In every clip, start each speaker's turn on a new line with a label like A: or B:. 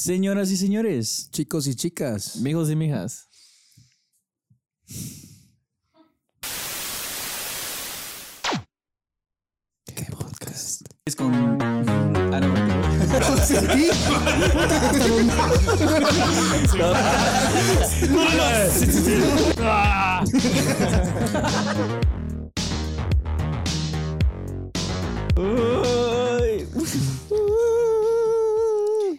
A: Señoras y señores,
B: Chicos y chicas.
A: mijos y mijas.
B: ¿Qué podcast?
A: Es con. Ah, no, mentira. Uy.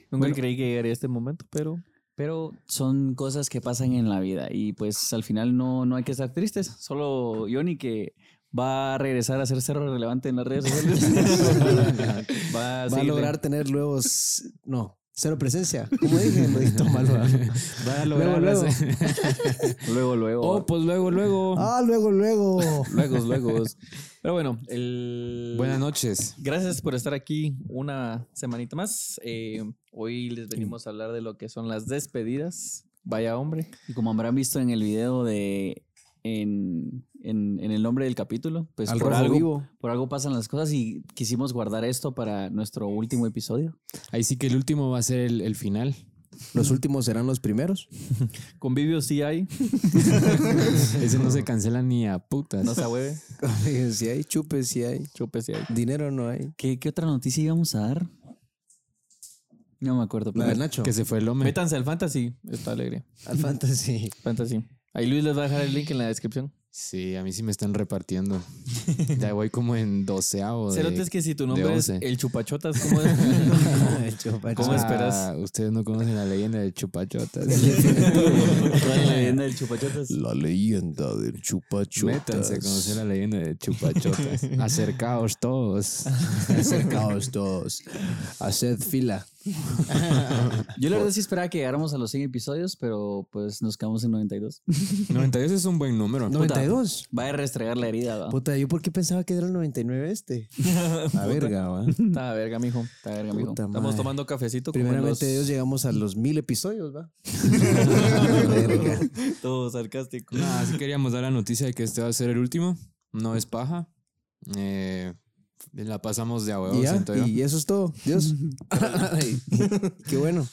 A: Nunca creí que llegaría a este momento, pero.
C: Pero son cosas que pasan en la vida y pues al final no, no hay que estar tristes. Solo Johnny que va a regresar a ser cero relevante en las redes sociales. va
B: Va a
C: seguirle.
B: lograr tener nuevos. No, cero presencia. Como dije, lo dije tan mal, ¿verdad?
D: Va a lograr
B: Luego,
D: hacer-
C: Luego, luego.
D: Oh, pues luego, luego.
B: Ah, luego, luego.
A: Luego, luego. Pero bueno, el.
D: Buenas noches.
A: Gracias por estar aquí una semanita más. Eh, hoy les venimos a hablar de lo que son las despedidas. Vaya hombre.
C: Y como habrán visto en el video de en, en- en el nombre del capítulo, pues
D: Al
C: por
D: rojo
C: algo,
D: vivo.
C: por algo pasan las cosas y quisimos guardar esto para nuestro último episodio.
D: Ahí sí que el último va a ser el, el final.
B: Los últimos serán los primeros.
A: Convivio sí hay.
D: Ese no se cancela ni a putas.
A: No se ahueve.
B: si hay chupes, si hay.
A: Chupe sí hay.
B: Dinero no hay.
C: ¿Qué, qué otra noticia íbamos a dar? No me acuerdo.
B: La
C: pero-
B: de Nacho.
D: que se fue el hombre.
A: Métanse al fantasy. Está alegre.
B: Al fantasy.
A: Fantasy. Ahí Luis les va a dejar el link en la descripción.
D: Sí, a mí sí me están repartiendo. Ya voy como en doceavo. de-
A: Cerote es que si tu
D: de
A: nombre es
D: once.
A: el chupachotas, ¿cómo
B: El chupa-
A: ¿Cómo
B: chupa.
A: esperas?
D: Ah, Ustedes no conocen la leyenda del chupachotas.
C: Toda la leyenda del chupachotas.
B: La leyenda del chupachupas.
D: Métanse a conocer la leyenda del chupachotas. Acercaos todos.
B: Acercaos todos. Haced fila.
C: Yo la verdad sí esperaba que llegáramos a los 100 episodios, pero pues nos quedamos en 92.
D: 92 es un buen número.
B: 92.
C: Va a restregar la herida, va.
B: Puta, ¿yo por qué pensaba que era el 99 este? A verga, va.
A: Está verga, mijo.
C: Está verga, amigo.
B: Puta
A: Estamos
B: madre.
A: tomando cafecito. como en
B: Primeramente,
A: los-
B: Dios, llegamos a los mil episodios, va.
C: Todo sarcástico.
D: Nada, sí queríamos dar la noticia de que este va a ser el último. No es paja. Eh, la pasamos de a huevo,
B: Y ya,
D: siento yo.
B: y eso es todo. Dios. Ay, qué bueno.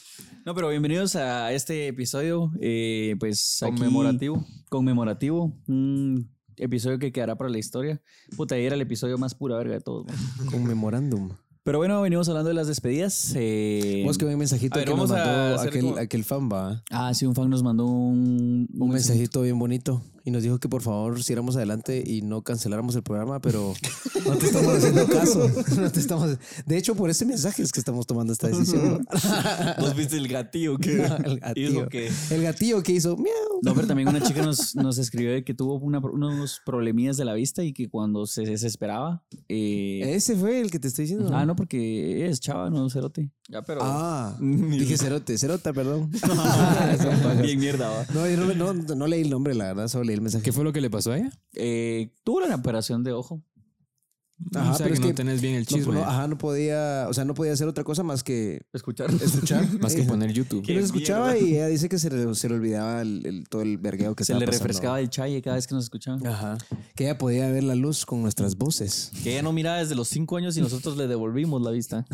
C: No, pero bienvenidos a este episodio, eh, pues aquí-
A: Conmemorativo.
C: conmemorativo, un episodio que quedará para la historia. Puta, ahí era el episodio más pura verga de todos. ¿no?
B: Conmemorándum.
C: Pero bueno, venimos hablando de las despedidas. eh,
B: Vos que ven mensajito
A: a ver,
B: que nos
A: vamos a
B: mandó
A: hacer
B: aquel,
A: como-
B: aquel fan, va.
C: Ah, sí, un fan nos mandó un,
B: Un mensajito bien bonito. Y nos dijo que por favor siguiéramos adelante y no canceláramos el programa, pero no te estamos haciendo caso. No te estamos... De hecho, por ese mensaje es que estamos tomando esta decisión.
C: ¿Vos viste el gatillo que
B: El gatillo. El gatillo que hizo miau.
C: No, pero también una chica nos, nos escribió de que tuvo una- unos problemillas de la vista y que cuando se desesperaba. eh,
B: Ese fue el que te estoy diciendo.
C: Ah, no, porque es chava, no cerote.
A: Ya, pero.
B: Ah, dije cerote, cerota, perdón.
C: Bien mierda, va.
B: No, yo no, no- no leí el nombre, la verdad, solo leí el mensaje.
D: ¿Qué fue lo que le pasó a ella?
C: Eh, tuvo una operación de ojo.
B: Ajá,
D: o sea,
B: pero
D: que
B: es
D: no
B: que
D: tenés bien el
B: No, pues,
D: chisme.
B: no, ajá, no podía, o sea, no podía hacer otra cosa más que
A: Escuchar.
B: escuchar.
D: Más que
B: Eh,
D: poner YouTube.
B: Yo
A: Qué
B: los escuchaba
A: mierda.
B: y ella dice que se le, se le olvidaba el, el- todo el vergueo que
C: Se
B: estaba
C: le
B: pasando.
C: refrescaba el chaye cada vez que nos escuchaba.
B: Ajá. Que ella podía ver la luz con nuestras voces.
A: Que ella no miraba desde los cinco años y nosotros le devolvimos la vista.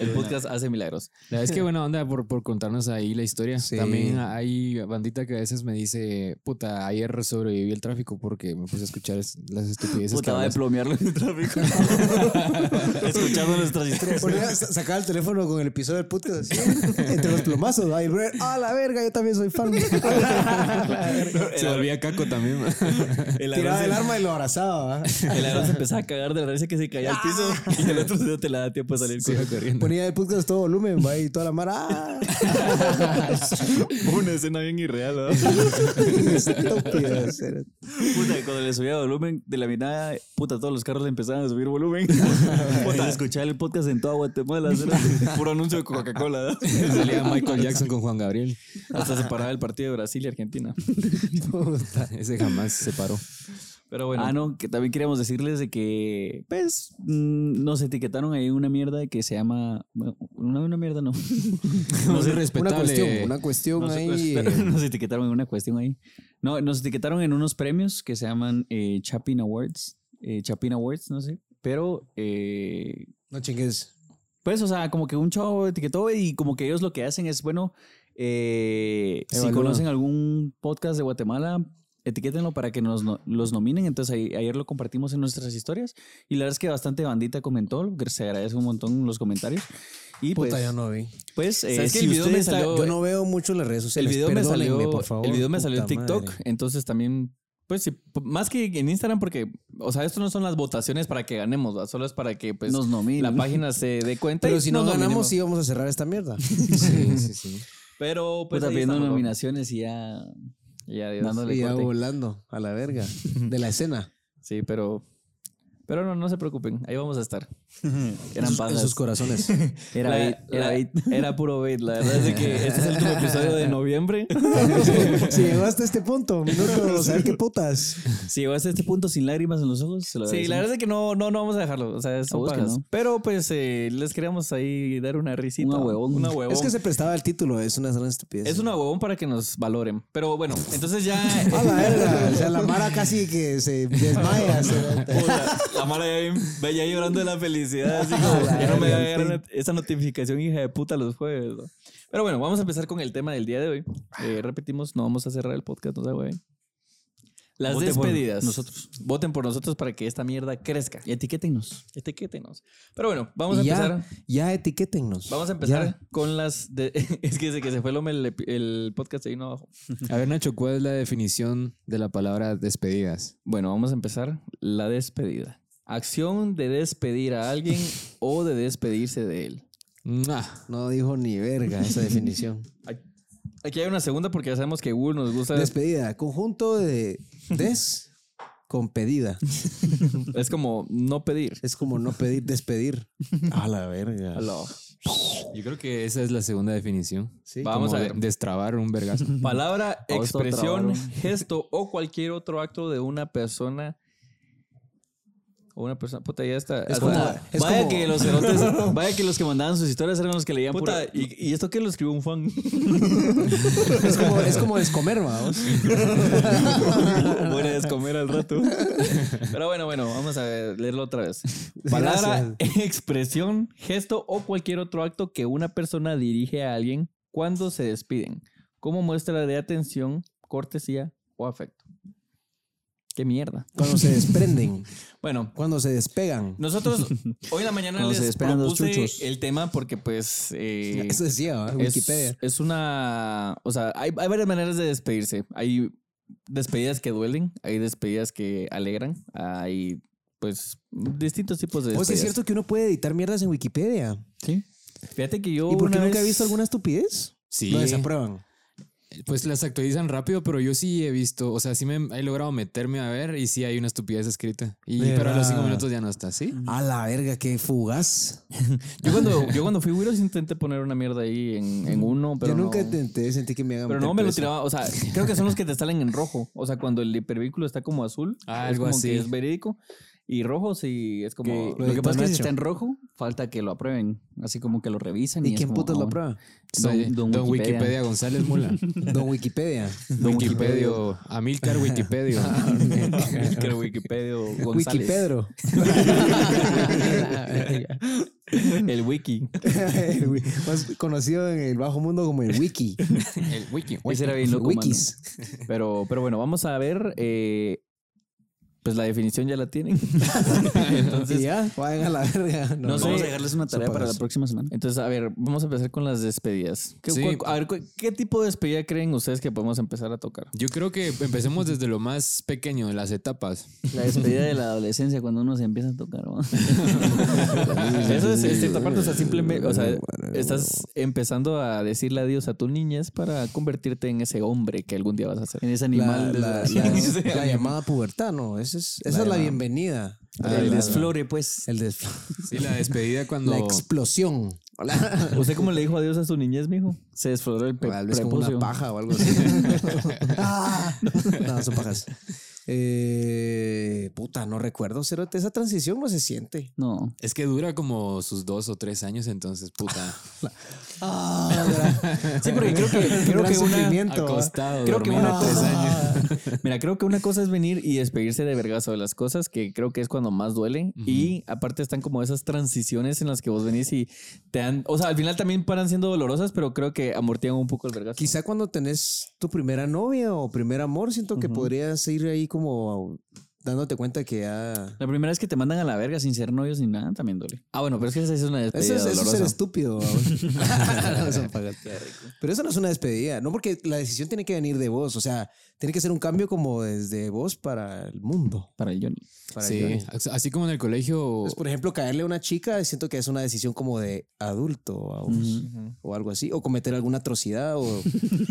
A: El podcast hace milagros.
D: La verdad es que buena onda por, por contarnos ahí la historia.
B: Sí.
D: También hay bandita que a veces me dice, puta, ayer sobreviví el tráfico porque me puse a escuchar es- las estupideces que
C: Puta, va a
D: hablas".
C: deplomearlo en el tráfico. Escuchando nuestras historias.
B: Bueno, ella sa- sacaba el teléfono con el episodio del podcast así, entre los plomazos. Ay, brother, ah, la verga, yo también soy fan.
D: Se volvía caco también. man.
C: El
B: Tiraba
C: ladrón
B: el arma y lo abrazaba. ¿va?
C: se- el ladrón se empezaba a cagar de la risa que se caía al piso y el otro dedo te la da tiempo a salir
D: Se iba corriendo.
B: Ponía el podcast todo volumen, va, y toda la mara. ah,
C: con una escena bien irreal. ¿no?
B: estúpido, cerote.
C: Puta, cuando le subía volumen de la mitad, puta, todos los carros le empezaban a subir volumen. puta, escuchar el podcast en toda Guatemala. ¿no? Puro anuncio de Coca-Cola. ¿no?
D: Salía Michael Jackson con Juan Gabriel.
A: Hasta se paraba el partido de Brasil y Argentina.
B: Puta.
D: Ese jamás se paró.
A: Pero bueno.
C: Ah, no, que también queríamos decirles de que, pues, mm, nos etiquetaron ahí una mierda que se llama. Bueno, una, una mierda no.
D: No es
B: Una cuestión,
D: respetable.
B: una cuestión
C: Nos,
B: ahí.
C: nos etiquetaron en una cuestión ahí. No, nos etiquetaron en unos premios que se llaman eh, Chapin Awards. eh, Chapin Awards, no sé. Pero eh,
B: No chingues.
C: Pues, o sea, como que un chavo etiquetó y como que ellos lo que hacen es, bueno, eh, si
B: Evalúa.
C: conocen algún podcast de Guatemala, etiquétenlo para que nos no- los nominen. Entonces, ahí- ayer lo compartimos en nuestras historias y la verdad es que bastante bandita comentó, que se agradece un montón los comentarios. Y
B: Puta,
C: pues,
B: yo no vi.
C: pues eh,
D: ¿Sabes que
C: si
D: el video me
C: ustedes
D: salió-
B: Yo no veo mucho las redes
D: El
B: sociales.
D: video, me
B: perdónenme,
D: salió,
B: por favor.
D: el video me salió en
B: Puta
D: TikTok,
B: madre.
D: entonces también, pues sí, p- más que en Instagram, porque, o sea, esto no son las votaciones para que ganemos, ¿va? solo es para que pues,
C: nos nominen.
D: la página se dé cuenta.
B: Pero
D: y
B: si no
D: nos
B: ganamos,
D: nominemos.
B: sí vamos a cerrar esta mierda.
E: Sí, sí, sí.
D: Pero pues
C: Puta,
D: ahí
C: pidiendo
D: estamos, ¿no?
C: nominaciones y ya
D: Y adiós.
C: dándole
B: Y ya
C: corte.
B: volando a la verga de la escena.
D: Sí, pero, pero no, no se preocupen, ahí vamos a estar.
B: En
C: Eran
B: sus, en
C: pandas.
B: sus corazones.
C: Era
D: La-
C: bait, era
D: la-
C: bait.
D: era puro bait, la verdad es de que este es el último episodio de noviembre.
B: si llegó hasta este punto, minuto, saber qué putas.
C: Si llegaste a este punto sin lágrimas en los ojos, se lo
D: Sí, la
C: agradecemos.
D: verdad es que no, no, no vamos a dejarlo. O sea, son
C: vos que
D: pajas.
C: no.
D: Pero pues eh, les queríamos ahí dar una risita.
C: Una huevón.
D: Una huevón.
B: Es que se prestaba el título, es una gran estupidez.
D: Es una huevón para que nos valoren. Pero bueno, entonces ya.
B: A la verga. O sea, la Mara casi que se desmaya. se-
D: Puta, la mala ya bien- ve ya llorando de la felicidad. Así como, ya no me va a llegar una- esa notificación, hija de puta, los jueves. ¿no? Pero bueno, vamos a empezar con el tema del día de hoy. Eh, repetimos, no vamos a cerrar el podcast, no se hueven. Las
C: Voten por
D: despedidas.
C: nosotros.
D: Voten por nosotros para que esta mierda crezca.
C: Etiquétenos.
D: Etiquétenos. Pero bueno, vamos a
B: Y ya,
D: empezar.
B: ya etiquétennos.
D: Vamos a empezar con las. de- es que desde que se fue el, hombre, el, epi- el podcast se vino abajo.
E: A ver, Nacho, ¿cuál es la definición de la palabra despedidas?
D: Bueno, vamos a empezar la despedida. Acción de despedir a alguien o de despedirse de él.
E: ¡Mua!
B: No dijo ni verga esa definición.
D: Aquí hay una segunda porque ya sabemos que Google nos gusta.
B: Despedida, conjunto de des con pedida.
D: es como no pedir.
B: Es como no pedir, despedir. A la verga.
D: Aló.
E: Yo creo que esa es la segunda definición.
B: Sí,
D: Vamos
E: Como
D: a ver.
E: de- Destrabar un vergazo.
D: Palabra,
C: Vamos a
D: expresión,
C: trabar.
D: gesto o cualquier otro acto de una persona. O una persona. Puta, ya está.
B: Es
D: hasta-
B: como-
D: Puta,
B: es
C: vaya
B: como-
C: que los cerotes, vaya que los que mandaban sus historias eran los que leían pura-
D: y, y esto que lo escribió un fan.
B: Es como, es como descomer, vamos.
D: Buena es comer al rato. Pero bueno, bueno, vamos a ver, leerlo otra vez. Palabra, expresión, gesto o cualquier otro acto que una persona dirige a alguien cuando se despiden, como muestra de atención, cortesía o afecto. Qué mierda.
B: Cuando se desprenden,
D: Bueno,
B: cuando se despegan.
D: nosotros hoy en la mañana
C: Cuando se
D: les
C: despegan los
D: propuse
C: chuchos.
D: el tema porque pues eh,
B: Eso decía ¿va?
D: es-
B: Wikipedia.
D: Es, una. O sea, hay, hay varias maneras de despedirse. Hay despedidas que duelen, hay despedidas que alegran, hay pues distintos tipos
B: O
D: de despedidas.
B: sea, es cierto que uno puede editar mierdas en Wikipedia.
D: Fíjate que yo.
B: ¿Y por qué
D: una
B: nunca he
D: vez-
B: visto alguna estupidez?
E: Sí.
B: Lo desaprueban.
E: Pues las actualizan rápido, pero yo sí he visto, o sea, sí me he logrado meterme a ver y sí hay una estupidez escrita. Y,
B: ¿Verdad?
E: pero a los cinco minutos ya no está, ¿sí?
B: A la verga, qué fugaz.
D: Yo cuando, yo cuando fui Wiros intenté poner una mierda ahí en, en uno, pero.
B: Yo nunca
D: no.
B: intenté, sentí que me hagan
D: Pero
B: meter
D: no me lo
B: preso.
D: tiraba, o sea, creo que son los que te salen en rojo. O sea, cuando el hipervínculo está como azul,
E: Ah,
D: es
E: algo
D: como
E: así.
D: que es verídico. Y rojo sí es
C: que-
D: como.
B: lo
C: lo que
B: editó
C: pasa es que si
B: Nacho.
C: está en rojo, falta que lo aprueben. Así como que lo revisan.
B: ¿Y
C: es
B: quién
C: como,
B: putas
C: ah,
B: lo
C: bueno.
B: aprueba?
E: Don, don Wikipedia. González Mula.
B: Don Wikipedia.
E: Don Wikipedia. Amilcar Wikipedia.
D: Creo Wikipedia o González.
B: Wikipedro.
D: El wiki.
B: El wi- Más conocido en el bajo mundo como el Wiki.
E: El Wiki.
C: Ese era bien
B: Los
C: loco, mano.
B: Wikis.
D: Pero, pero bueno, vamos a ver. eh, pues la definición ya la tienen.
B: Y
D: entonces,
B: ya, vayan a ah, la verga.
D: No sé.
C: Vamos a dejarles una tarea para la
B: Supagazo.
C: próxima semana.
D: entonces, a ver, vamos a empezar con las despedidas. ¿Qué,
E: Sí.
D: cuál- a ver, cu- ¿qué tipo de despedida creen ustedes que podemos empezar a tocar?
E: Yo creo que empecemos desde lo más pequeño, las etapas.
C: La despedida de la adolescencia cuando uno se empieza a tocar. ¿no?
D: Eso es, es cierta parte, o sea, simplemente, o sea, estás empezando a decirle adiós a tu niñez para convertirte en ese hombre que algún día vas a ser.
C: En ese
B: La,
C: animal.
B: la-
C: desgraciado.
B: la- la llamada pubertad, ¿no? Esa es, esa es la bienvenida. Ah,
C: el
B: La-
C: desflore, pues.
B: El desf-
E: Sí, la despedida cuando.
B: La explosión.
D: ¿Usted cómo le dijo adiós a su niñez, mijo?
C: Se desfloró el pe-
B: Tal vez como
C: prepucio.
B: una paja o algo así. Ah, no, son pajas. Eh, puta, no recuerdo, Cerote. Esa transición no se siente.
C: No.
E: Es que dura como sus dos o tres años, entonces, puta.
B: Ah,
D: Sí, porque creo que, creo
B: Gran
D: que una.
B: sufrimiento.
E: Acostado,
D: Creo que
E: dormido
D: una-
E: tres años.
D: Mira, creo que una cosa es venir y despedirse de vergazo de las cosas, que creo que es cuando más duele. Y aparte están como esas transiciones en las que vos venís y te dan. O sea, al final también paran siendo dolorosas, pero creo que amortiguan un poco el vergazo.
B: Quizá cuando tenés tu primera novia o primer amor, siento que podrías ir ahí como dándote cuenta que ya.
C: La primera vez que te mandan a la verga sin ser novios ni nada, también duele.
D: Ah, bueno, pero es que esa es una
B: Eso
D: despedida
B: es, eso es ser
D: dolorosa.
B: estúpido. No, son pagas. Pero eso no es una despedida, no porque la decisión tiene que venir de vos, o sea, tiene que ser un cambio como desde vos para el mundo.
C: Para el Johnny.
B: Para
E: Sí,
B: Johnny.
E: as- así como en el colegio.
B: Entonces, por ejemplo, caerle a una chica, siento que es una decisión como de adulto vamos, o algo así, o cometer alguna atrocidad o,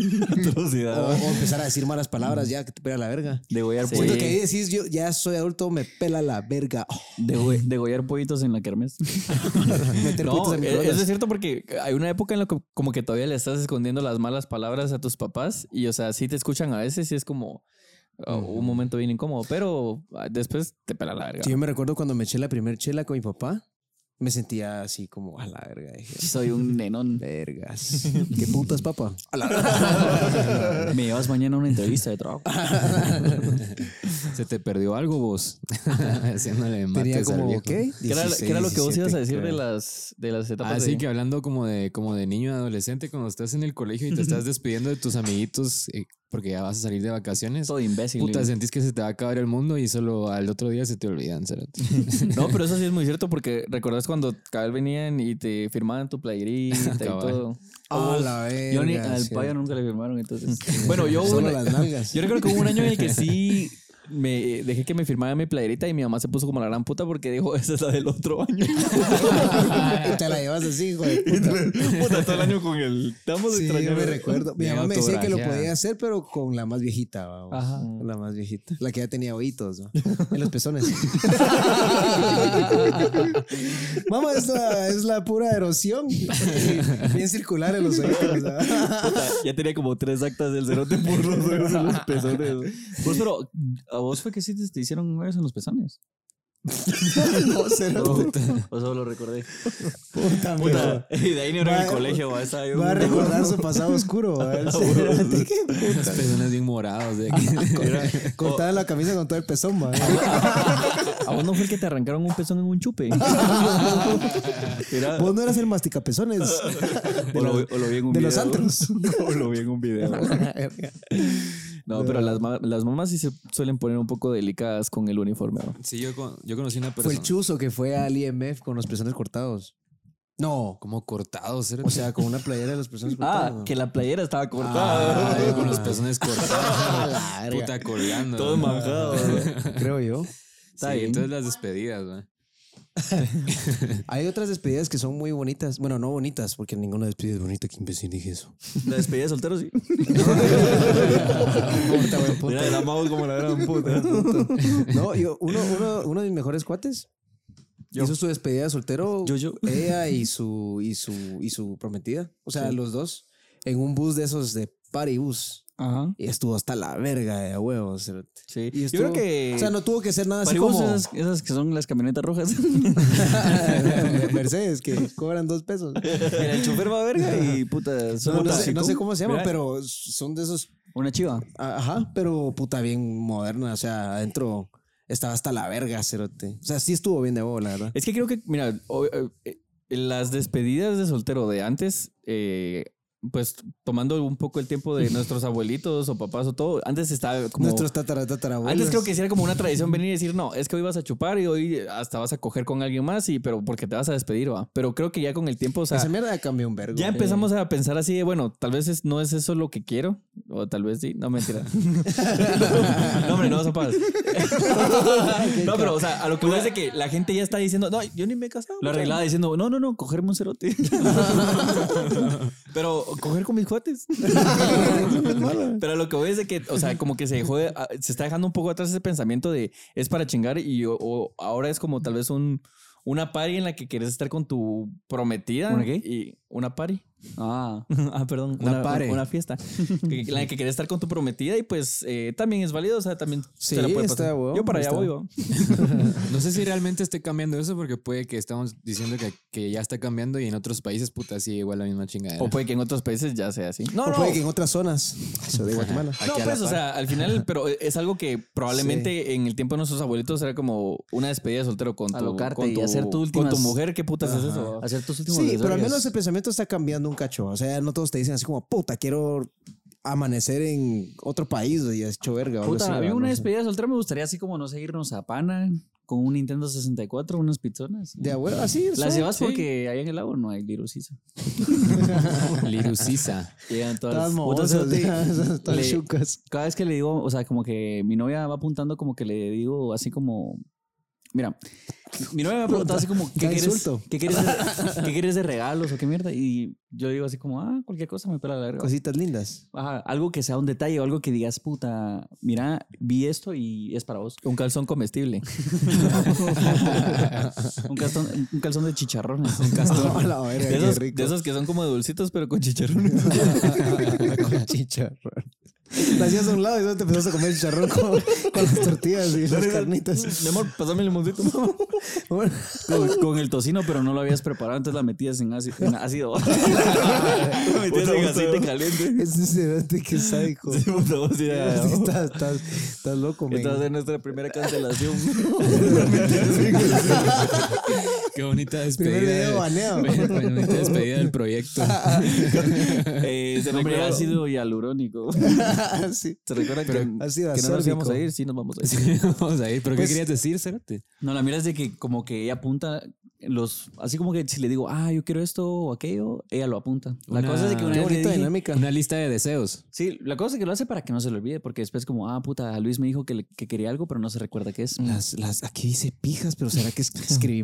B: o- o empezar a decir malas palabras, ya que te pega la verga.
C: Degollar,
D: Sí.
B: Siento
C: pollitos-
B: que ahí decís, yo ya soy adulto, me pela la verga. Oh,
C: degoll- degollar pollitos en la kermés.
B: meter
D: No,
B: putas a
D: eh, eso es
B: microondas.
D: cierto porque hay una época en la que como que todavía le estás escondiendo las malas palabras a tus papás y o sea, sí te escuchan a veces y es como ah, un momento bien incómodo, pero ah, después te pela la verga.
B: Sí, yo me recuerdo cuando me eché la primer chela con mi papá, me sentía así como a la verga. Dije,
C: Soy un nenón.
B: vergas. ¿Qué putas, papá? A la verga.
C: Me llevas mañana a una entrevista de trabajo.
D: Ah,
E: ¿Se te perdió algo vos? Haciéndole
B: Tenía
E: mates al
B: como,
E: viejo.
B: ok. 16,
D: ¿Qué era, qué era lo que vos
B: 17,
D: ibas a decir de
B: creo.
D: las, de las etapas?
E: Así
D: de-
E: que hablando como de, como de niño adolescente, cuando estás en el colegio y te estás despidiendo de tus amiguitos eh, porque ya vas a salir de vacaciones,
C: Todo imbécil.
E: puta,
C: digo.
E: sentís que se te va a acabar el mundo y solo al otro día se te olvidan. cerote.
D: No, pero eso sí es muy cierto porque recordás cuando cabal venían y te firmaban tu playerita y
E: Cabal.
D: todo.
B: A la verga.
C: Johnny al
B: sí.
C: payo nunca le firmaron, entonces.
D: Bueno, yo hubo
B: Solo
D: una-
B: las nalgas.
D: Yo recuerdo que hubo un año en el que sí me eh, dejé que me firmara mi playerita y mi mamá se puso como la gran puta porque dijo, esa es la del otro año.
B: y te la llevas así, hijo de puta.
D: Puta, todo el año con el... Estamos
B: Sí, yo me recuerdo. Mi
E: Bien
B: mamá me decía que lo
E: autografiada.
B: podía hacer, pero con la más viejita, vamos. Con La más viejita. La que ya tenía oídos, ¿no? En los pezones. Mamá, esta es la pura erosión. Bien circular en los oídos. ¿no?
D: ya tenía como tres actas del cerote por los dedos en los pezones.
C: Vos, pero a vos fue que sí te, te hicieron nueve en los pezones.
B: No, cero.
C: O solo lo recordé.
B: Puta,
D: Puta, y de ahí no era en el
B: Va-
D: colegio, va, estaba yo-
B: pero Va a recordar su pasado oscuro. ¿eh? ¿va? Qué puta.
E: Las personas bien moradas. de-
B: Cortada la camisa con todo el pezón, ¿va?
C: A vos no fue el que te arrancaron un pezón en un chupe.
D: Era-
B: Vos no eras el masticapezones
D: o, lo, o lo vi en un
B: de
D: video.
B: los antros.
D: O lo vi en un video. No, pero las, ma- las mamás sí se suelen poner un poco delicadas con el uniforme. ¿no?
E: Sí, yo, con- yo conocí una
B: Fue
E: persona.
B: el chuzo que fue al IMF con los pezones cortados. No,
E: como ¿eh? cortado, cerote.
B: o sea, con una playera de los pezones cortados.
D: Ah, que la playera estaba cortada.
E: Ah, con los pezones cortados. puta colgando.
D: todo
E: ¿no?
D: manjado.
B: Creo yo.
E: Sí, entonces las despedidas, ¿no?
B: Hay otras despedidas que son muy bonitas. Bueno, no bonitas, porque ninguna despedida es bonita. Que imbécil dije eso.
D: La despedida de soltero, sí.
B: Puta, buen puto.
D: Mira, la amamos como la gran puta.
B: No, yo, uno, uno, uno de mis mejores cuates hizo su despedida de soltero.
D: Yo, yo.
B: Ella y su, y su, y su prometida. O sea, los dos en un bus de esos de party bus.
C: Ajá.
B: Y estuvo hasta la verga de huevos.
D: Sí.
B: Y
D: Yo creo
B: estuvo-
D: que.
B: O sea, no tuvo que ser nada así
C: Paribus,
B: como.
C: esas, esas que son las camionetas rojas.
B: Mercedes, que cobran dos pesos.
D: el chofer va a verga y puta.
B: No,
D: son
B: no
D: puta,
B: sé, no
D: ¿sí?
B: sé cómo se llama,
D: Mira,
B: pero son de esos.
C: Una chiva.
B: a- Ajá, pero puta bien moderna. O sea, adentro estaba hasta la verga, cerote. O sea, sí estuvo bien de huevo, la verdad.
D: Es que creo que, mira, o- eh, eh, las despedidas de soltero de antes, eh, pues tomando un poco el tiempo de nuestros abuelitos o papás o todo, antes estaba como.
B: Nuestros tatara, tatarabuelos.
D: Antes creo que sí era como una tradición venir y decir, no, es que hoy vas a chupar y hoy hasta vas a coger con alguien más, y pero porque te vas a despedir, va. Pero creo que ya con el tiempo, o sea,
B: Esa mierda cambió un vergo. eh.
D: ah, ya empezamos a pensar así de, bueno, tal vez es- no es eso lo que quiero, o tal vez sí, no mentira. no, hombre, no vas a pagar. no, pero, o sea, a lo que voy es de que la gente ya está diciendo, no, yo ni me he casado.
C: Lo arreglaba diciendo, no, no, no, cogerme un cerote.
D: Pero coger con mis cuates. Pero lo que voy es de que, o sea, como que se dejó, de- a- se está dejando un poco atrás ese pensamiento de es para chingar y o- o ahora es como tal vez un una party en la que quieres estar con tu prometida.
C: ¿Una qué?
D: Y una party.
C: Ah,
D: ah, perdón,
B: Una
D: una,
B: pare.
D: una fiesta. Que- la que querés estar con tu prometida y pues eh, también es válido, o sea, también
B: Sí,
D: se la puede
B: está
D: pasar.
B: huevón,
D: Yo para allá
B: está.
D: voy, ¿va?
E: No sé si realmente esté cambiando eso porque puede que estamos diciendo que, que ya está cambiando y en otros países, puta, sí, igual la misma chingadera.
D: O puede que en otros países ya sea así.
B: No,
D: No, no.
B: puede que en otras zonas. Eso de Guatemala.
D: No,
E: Aquí a la
D: pues, o
E: par.
D: sea, al final, pero es algo que probablemente en el tiempo de nuestros abuelitos era como una despedida de soltero con tu,
C: Alocarte
D: con
C: y hacer tu
D: con tu
C: últimas-
D: mujer. ¿Qué putas es eso? va?
C: hacer tus últimos
B: Sí, pero al
C: deseos.
B: menos el pensamiento está cambiando un cacho. O sea, no todos te dicen así como, puta, quiero amanecer en otro país y has hecho verga. o algo
C: Puta,
B: así,
C: a mí
B: ¿verdad?
C: una
B: No sé.
C: despedida soltera me gustaría así como no seguirnos a pana con un Nintendo 64, unas pizzonas.
B: De abuelo, así.
C: Las
B: suave.
C: llevas porque allá en el lago no hay virusisa.
E: Lirucisa.
C: Llegan todas.
B: Todas
C: putas,
B: mohosas,
C: cerote.
B: ya, todas
C: Le-
B: chucas.
C: cada vez que le digo, o sea, como que mi novia va apuntando, como que le digo así como. Mira, mi novia me ha preguntado así como, ¿qué
B: Ya
C: quieres,
B: insulto.
C: ¿qué, quieres de, qué quieres de regalos o qué mierda? Y yo digo así como, ah, cualquier cosa me pela la verga.
B: Cositas lindas.
C: Ajá, algo que sea un detalle o algo que digas, puta, mira, vi esto y es para vos.
D: Un calzón comestible.
C: Un calzón, un calzón de chicharrones.
B: A la verga,
D: De
B: qué
D: esos,
B: rico.
D: de esos que son como dulcitos, pero con chicharrones.
B: con chicharrón. Te hacías a un lado y luego te empezaste a comer chicharrón con, con las tortillas y las carnitas.
D: Mi amor, pues, pasame el limoncito.
B: Bueno,
C: Con, con el tocino, pero no lo habías preparado, entonces la metías en ácido. En ácido. la metías en aceite caliente.
B: es sinceramente que sádico.
D: Sí, puta, vos sí, ya, ya.
B: Estás, estás, estás loco, men.
D: Esta va a ser nuestra primera cancelación.
E: Qué bonita despedida.
B: Primer video
E: de-
B: baneado.
E: Bueno, bonita despedida del proyecto.
D: Eh, se
C: Nombre
D: recuerda-
C: ácido hialurónico.
B: Sí.
D: se recuerda que,
E: Pero-
B: Ácido
D: que no nos
B: asórbico.
D: íbamos a ir, sí nos vamos a ir.
E: Sí, vamos a ir. ¿Pero
B: Pues-
E: qué querías decir, Cerate?
C: No, la mira es de que como que ella apunta los... Así como que si le digo, ah, yo quiero esto o aquello, ella lo apunta. La
E: Una-
C: cosa es de que una
E: Qué
C: vez le
B: bonita
C: dije-
B: dinámica.
E: Una lista de deseos.
C: Sí, la cosa es que lo hace para que no se le olvide, porque después como, ah, puta, Luis me dijo que, le- que quería algo, pero no se recuerda qué es.
B: Las, las, aquí dice pijas, pero ¿será que es- escribí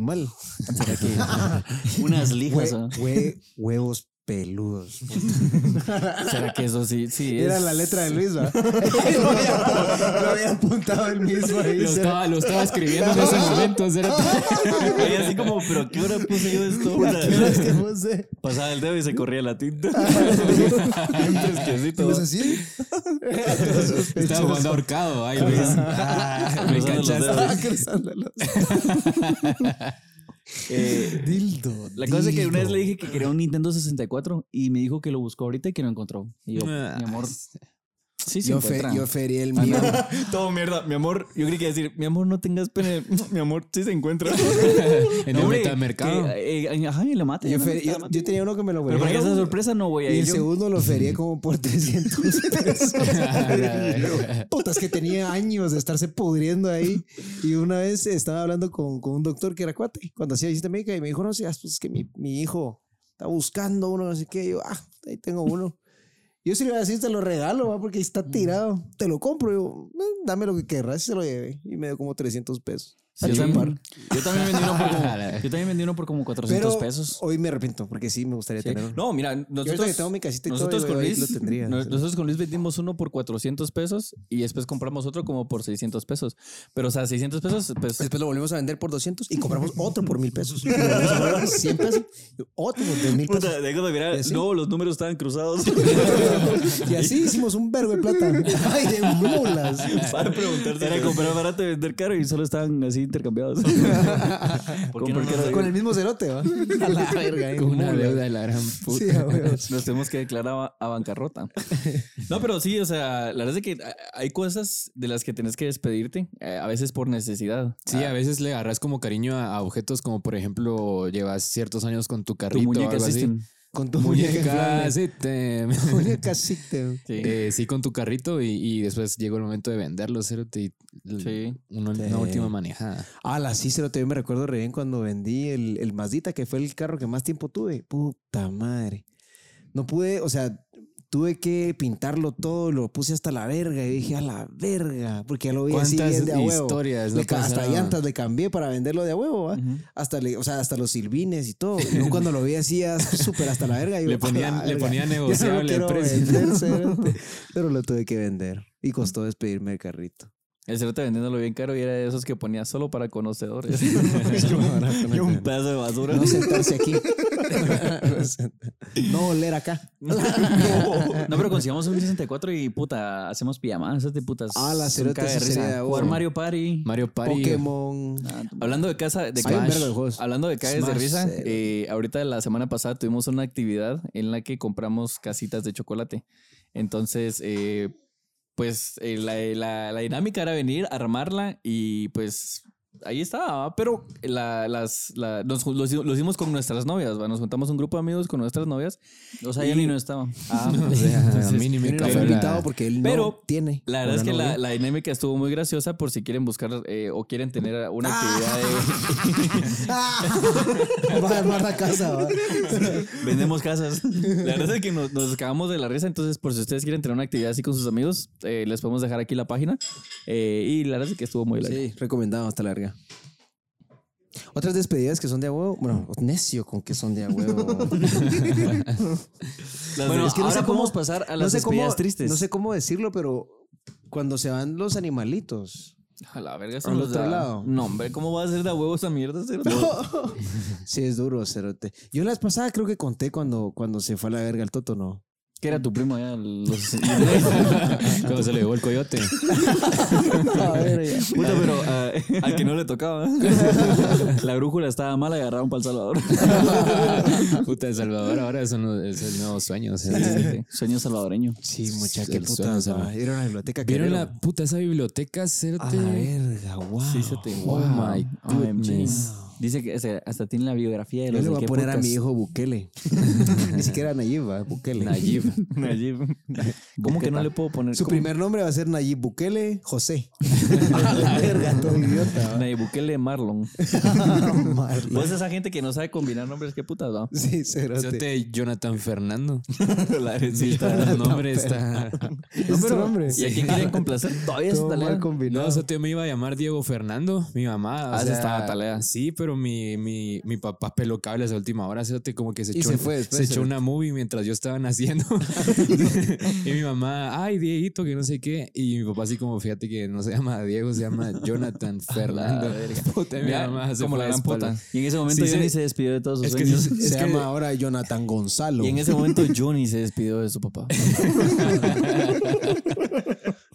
B: mal?
C: ¿Será que unas lijas?
B: Hue-
C: ah?
B: hue- huevos peludos.
D: ¿Será que eso sí? Sí,
B: Era
D: es-
B: la letra de Luis, ¿va? lo, había, lo había apuntado el mismo ahí.
E: Lo estaba, Ah, lo estaba escribiendo en ese momento, Cerate.
D: Ella así como, ¿pero qué hora puse yo esto?
B: ¿A qué horas que puse?
D: Pasaba el dedo y se corría la tinta. Un fresquecito.
B: ¿Lo así?
E: Estaba jugando ahorcado. Ay, Luis.
D: Cruzando
E: Me
D: los
E: enganchaste.
B: Ah,
D: dedos.
B: Cruzándolos.
C: Eh,
B: Dildo.
C: la cosa es que una vez le dije que quería un Nintendo 64 y me dijo que lo buscó ahorita y que no encontró. Y yo, mi amor, sí se
B: Ah. Yo, fe,
C: encuentra.
B: yo ferí el mío.
D: Todo mierda. Mi amor, yo creí que iba a decir, mi amor, no tengas pena. Mi amor, sí se encuentra.
E: En
C: No,
E: el
C: hombre,
E: metamercado.
C: que, eh, ajá, y lo mata.
B: Yo,
C: ya
B: ferí-
C: mata,
B: yo-
C: la mata.
B: yo tenía uno que me lo
C: Pero para que esa
B: huevearon.
C: sorpresa no voy a
B: Y
C: ir.
B: el
C: yo.
B: segundo lo ferié como por 300 pesos. Putas que tenía años de estarse pudriendo ahí. Y una vez estaba hablando con, con un doctor que era cuate cuando hacía visita médica y me dijo, no sé, pues es que mi, mi hijo está buscando uno, no sé qué. Y yo, ah, ahí tengo uno. Yo sí le iba a decir, te lo regalo, va, porque está tirado. Te lo compro. Y yo, "Eh, dame lo que querrás y se lo llevé. Y me dio como 300 pesos.
C: Sí,
B: A
C: yo,
B: chupar.
C: también, yo también vendí uno por como, yo también vendí uno por como 400
B: Pero
C: pesos.
B: hoy me arrepiento, porque sí me gustaría tener uno.
D: No, mira,
B: Yo ahorita
D: nosotros,
B: que tengo mi casita y
D: nosotros
B: todo,
D: con
B: yo ahí
D: Luis,
B: lo tendría.
D: no- nosotros con Luis vendimos uno por 400 pesos y después compramos otro como por 600 pesos. Pero, o sea, 600 pesos, pues...
B: Después lo volvimos a vender por 200 y compramos otro por mil pesos. Y lo volvimos a comprar por 100 pesos, y otro por 2 mil pesos. Y así.
D: los números estaban cruzados.
B: Y así hicimos un vergo de plata. Ay, de mulas.
D: Para preguntarse.
C: Era comprar barato y vender caro y solo estaban así intercambiados. ¿Por qué no nos-
B: Con el mismo cerote, ¿va? A la verga.
E: Con eh. una
B: mulas.
E: deuda de la gran puta.
B: Sí, a huevos.
D: Nos tenemos que declarar a, a bancarrota. No, pero sí, o sea, la verdad es que a- hay cosas de las que tenés que despedirte, eh, a veces por necesidad.
E: Sí, a veces le agarras como cariño a, a objetos como por ejemplo llevas ciertos años con tu
C: Tu
E: carrito o
C: muñeca
E: algo así.
C: system.
B: Con tu
E: Muñeca,
B: muñeca.
E: sí, te-
B: Muñeca sí, te-
D: Sí.
E: eh, sí, con tu carrito y, y después llegó el momento de venderlo, cerote, y l-
D: Sí.
E: una,
B: Sí.
E: una última manejada.
B: Ala, Ah, sí, cerote. Yo me recuerdo re bien cuando vendí el, el Mazdita, que fue el carro que más tiempo tuve. Puta madre. No pude, o sea, tuve que pintarlo todo, lo puse hasta la verga y dije a la verga, porque ya lo vi así
E: ¿Cuántas
B: bien de a huevo.
E: historias?
B: Le ca- hasta
E: pasaron?
B: llantas le cambié para venderlo de a huevo, ¿va?
D: Ujú.
B: Hasta, le- o sea, hasta los silbines y todo. Yo cuando lo vi así, ya súper hasta la verga. yo,
E: Le
B: "A la
E: ponían- le
B: verga,
E: ponían
B: ya no
E: negociable
B: quiero
E: el precio".
B: vender, cerote. Pero lo tuve que vender. Y costó despedirme del carrito.
D: El cerote vendiéndolo bien caro y era de esos que ponía solo para conocedores.
B: Yo-
D: y un pedazo de basura.
B: No sentarse aquí. no oler acá.
C: No, pero consigamos un 64 y puta, hacemos pijamadas de putas.
B: Ah, la
C: Un
B: cerota,
C: caga de
B: sí
C: risa.
B: sería,
C: Jugar
B: bueno.
C: Mario Party. Ah,
E: Mario Party.
B: Pokémon.
D: Hablando de casa, de
B: Hay un
D: caes-
B: vergo de juegos.
D: hablando de calles de
B: Smash,
D: risa,
B: eh,
D: eh, ahorita la semana pasada tuvimos una actividad en la que compramos casitas de chocolate. Entonces, eh, pues eh, la, la- la dinámica era venir, armarla y pues ahí estaba, ¿va? pero la- las, la- nos, ju- los, lo hicimos con nuestras novias, ¿va? nos juntamos un grupo de amigos con nuestras novias.
C: O sea, yo ni no estaba.
D: Ah, pues,
E: O sea, a mí ni me
B: Yo no lo
E: cabe
B: fui
E: la-
B: invitado porque él no
D: Pero,
B: tiene.
D: La verdad es que
B: una
D: la,
B: novia.
D: la dinámica estuvo muy graciosa por si quieren buscar eh, o quieren tener una actividad de...
B: Va a armar la casa. va.
D: Vendemos casas. La verdad es que nos, nos cagamos de la risa. Entonces, por si ustedes quieren tener una actividad así con sus amigos, eh, les podemos dejar aquí la página. Eh, y la verdad es que estuvo muy larga.
B: Sí, recomendado hasta larga. Otras despedidas que son de a huevo. Bueno, necio con que son de a huevo.
D: Las
C: Bueno,
D: de-
C: es que ahora podemos pasar a las despedidas
B: cómo,
C: tristes.
B: No sé cómo decirlo, pero cuando se van los animalitos.
D: A la verga, eso
B: Al
D: nos
B: otro
D: da-
B: lado.
D: No, hombre, ¿cómo va a ser de huevos esa mierda? cero?
B: Sí, es duro, cerote. Yo la vez pasada creo que conté cuando, cuando se fue a la verga el toto, ¿no?
C: Que era tu primo ya. Los...
E: Cuando se le llevó el coyote.
B: A ver, ya.
C: Puta, pero ah, al que no le tocaba. La brújula estaba mal, agarraron para El Salvador.
E: Puta, El Salvador ahora es, uno, es el nuevo sueño. o sea,
C: Sueño salvadoreño.
B: Sí, mucha
E: Sí,
B: que
E: el
B: puta.
E: sueño, cerote.
B: Era una biblioteca que
E: ¿Vieron la puta esa biblioteca? Cerote?
B: A la verga, wow.
D: Sí, se te-
E: Oh my goodness.
C: Dice que ese- hasta tiene la biografía de
B: Yo
C: los
B: le
C: de
B: voy a
C: qué
B: poner a
C: putas.
B: mi hijo Bukele. Ni siquiera Nayib, va, Bukele.
E: Nayib.
D: Nayib. ¿Cómo que no le puedo poner?
B: Su
D: cómo?
B: primer nombre va a ser Nayib Bukele José. A la verga, todo idiota.
D: Nayib Bukele Marlon.
B: va. Marla.
D: Vos esa gente que no sabe combinar nombres, qué putas, ¿no?
B: Sí, cerote.
E: Cerote Jonathan Fernando.
D: La
E: Sí, el nombre está.
B: ¿Es tu nombre?
D: ¿Y a quién quieren complacer? Todavía es
B: Todo mal
D: italiano.
B: combinado.
E: No, Cerote me iba a llamar Diego Fernando, mi mamá. o
D: Ah, esa
E: sea,
D: estaba talea.
E: Sí, pero mi, mi, mi papá peló cables a última hora. Cerote como que se
B: Y
E: echó,
B: se fue después,
E: se echó
B: cerote.
E: una movie mientras yo estaba naciendo. y mi mamá, ay, Dieguito, que no sé qué. Y mi papá, así como, fíjate que no se llama Diego, se llama Jonathan Fernando. Puta, mi
D: Mira,
E: mamá se
D: como
E: fue
D: la
E: de
D: gran puta.
E: espalda.
C: Y en ese momento
E: Sí,
C: Johnny
E: sí.
C: se despidió de todos sus
E: Es que
C: sueños.
E: sí,
B: Se llama ahora Jonathan Gonzalo.
D: Y en ese momento Johnny se despidió de su papá.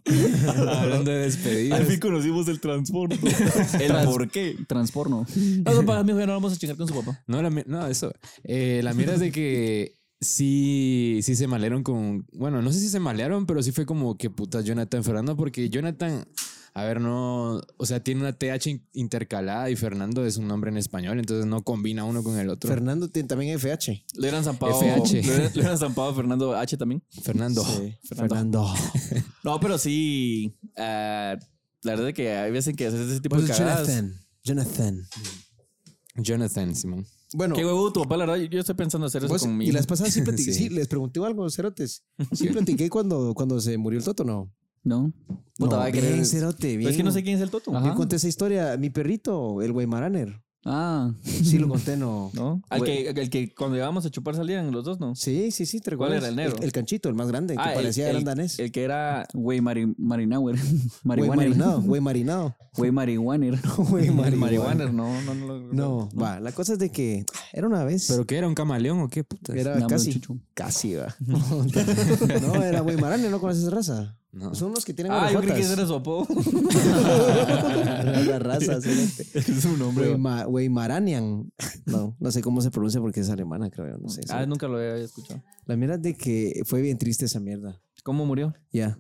E: Hablando de despedidas.
D: conocimos el transporte. El por qué.
C: Transporno.
D: No, papá, mi hijo, ya no vamos a chingar con su papá.
E: No, la, mi- no eso. Eh, la mierda es de que sí, sí se malearon con. Bueno, no sé si se malearon, pero sí fue como que puta Jonathan Fernando, porque Jonathan, a ver, no. O sea, tiene una TH in- intercalada y Fernando es un nombre en español, entonces no combina uno con el otro.
B: Fernando tiene también FH.
D: Le hubieran zampado.
E: FH.
D: Le hubieran- le hubieran zampado a Fernando H también.
E: Fernando.
B: Fernando.
D: No, pero sí. ah, la verdad es que hay veces que haces ese tipo de cagadas.
B: Pues, Jonathan. Jonathan.
E: Jonathan, Simón.
B: Bueno,
D: Qué huevo tu papá, la verdad. yo- Yo estoy pensando hacer eso
B: vos-
D: con mi
B: y
D: hijo.
B: las pasadas sí platiqué.
E: Sí.
B: Sí, les pregunté algo, Cerotes. Sí platiqué cuando, cuando se murió el Toto, ¿no?
C: No.
D: Puta,
B: no,
D: va a
B: bien,
D: querer-
B: Cerote,
D: Pero
B: bien.
D: es que no sé quién es el Toto.
C: Ajá.
B: Yo conté esa historia. Mi perrito, el Weimaraner.
C: Ah.
B: Sí lo conté, ¿no?
D: ¿No? Al que, al que cuando íbamos a chupar salían los dos, ¿no?
B: Sí, sí, sí, te
D: ¿Cuál
B: recuerdas?
D: era el negro?
B: El, canchito, el más grande, que
D: Ah, el-
B: parecía
D: el,
B: gran danés.
D: El que era.
C: Güey mari, Marinauer.
B: Güey
C: Marihuana.
B: marinado, güey marinado.
C: Güey Marihuaner.
B: Güey
D: Marihuana, no, no, no. lo-
B: No, va, la cosa es de que ah, era una vez.
E: ¿Pero qué era? ¿Un camaleón o qué puta?
B: era
C: No,
B: casi.
C: muchacho.
B: Casi, va. no, era güey maraner, no conoces esa raza.
E: No.
B: Son los que tienen
D: Ah, yo creí que
B: orejotas.
D: ese era su apodo.
B: Era la raza, sí.
D: es su nombre.
B: Güey ma- güey maranian. No, no sé cómo se pronuncia porque es alemana, creo yo. No sé.
D: Ah, nunca lo había escuchado.
B: La mierda es de que fue bien triste esa mierda.
D: ¿Cómo murió?
B: Ya.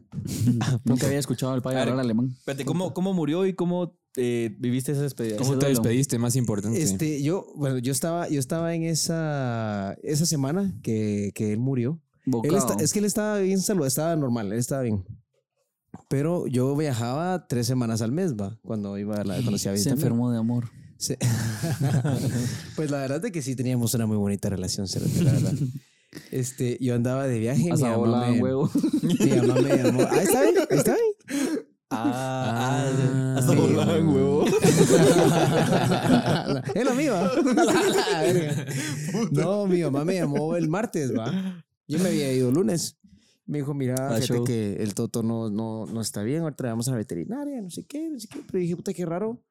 C: Nunca había escuchado al padre
D: A ver,
C: hablar alemán.
D: Espérate, ¿cómo, cómo murió y cómo eh, viviste esa despedida?
E: ¿Cómo
C: ese
E: te
C: duelo.
E: despediste? Más importante.
B: Este, yo, bueno, yo estaba, yo estaba en esa, esa semana que, que él murió. Él
C: Bocado.
B: está- es que él estaba bien saludable, estaba normal, él estaba bien. Pero yo viajaba tres semanas al mes, va, cuando iba a la, cuando hacía
C: se
B: visita.
C: enfermó de amor.
B: Se- pues la verdad es que sí teníamos una muy bonita relación, Cerote, la verdad. Este, yo andaba de viaje. mi
C: Hasta
B: mamá
C: volaba
B: me-
C: huevo.
B: Mi mamá me llamó. Ahí está, ahí está. ahí.
D: Ah,
E: Ah,
D: hasta
E: sí.
D: volaban, huevo.
B: Es lo mío. ¿va? La verga. no, mi mamá me llamó el martes, va. Yo me había ido lunes. Me dijo, mira,
C: Ah,
B: fíjate
C: show.
B: que el Toto no, no, no está bien, ahorita le vamos a la veterinaria, no sé qué, no sé qué. Pero dije, puta, qué raro.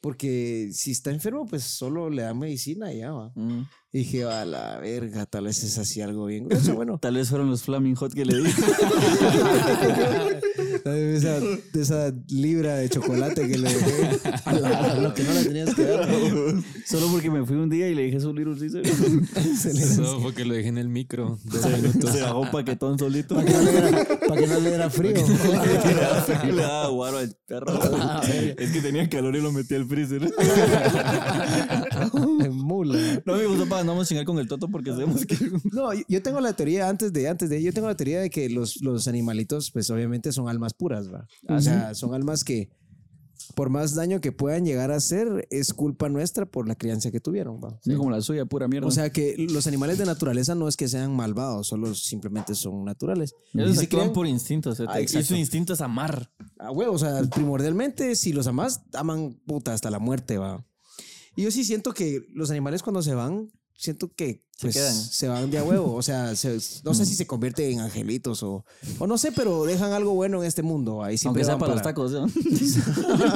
B: Porque si está enfermo, pues solo le da medicina y ya va.
D: Mm.
B: Y dije, a la verga, tal vez es así algo bien grueso. Bueno,
C: Tal vez fueron los Flaming Hot que le di.
B: de esa, de esa libra de chocolate que le dejé, a la- a lo que no le tenías que dar.
C: Solo porque me fui un día y le dije subir un Caesar.
B: Se le-
E: Eso porque lo dejé en el micro. Dos minutos.
C: Se bajó un paquetón solito.
B: Para que no le diera- para que no le diera frío.
C: Le daba guaro al perro.
D: Ah,
C: Es que tenía calor y lo metí al freezer.
B: Mula.
D: No, amigos, papá, no vamos a chingar con el toto porque sabemos que.
B: No, yo- yo tengo la teoría antes de, antes de, yo tengo la teoría de que los, los animalitos, pues obviamente son almas puras, ¿va? O sea, son almas que por más daño que puedan llegar a hacer, es culpa nuestra por la crianza que tuvieron, ¿va?
D: como la suya, pura mierda.
B: O sea que los animales de naturaleza no es que sean malvados, solo simplemente son naturales.
D: ellos
B: Y se
D: actúan
B: crean-
D: por instinto. o sea,
B: Ah,
D: y
B: exacto.
D: su instinto es amar.
B: Ah, güey, o sea, primordialmente, si los amas, aman puta hasta la muerte, va. Y yo sí siento que los animales cuando se van, siento que pues,
D: Se quedan.
B: se van de a huevo. O sea, se- no sé si se convierten en angelitos o, o no sé, pero dejan algo bueno en este mundo. Ahí siempre
C: Aunque sea
B: van
C: para los tacos. ¿no?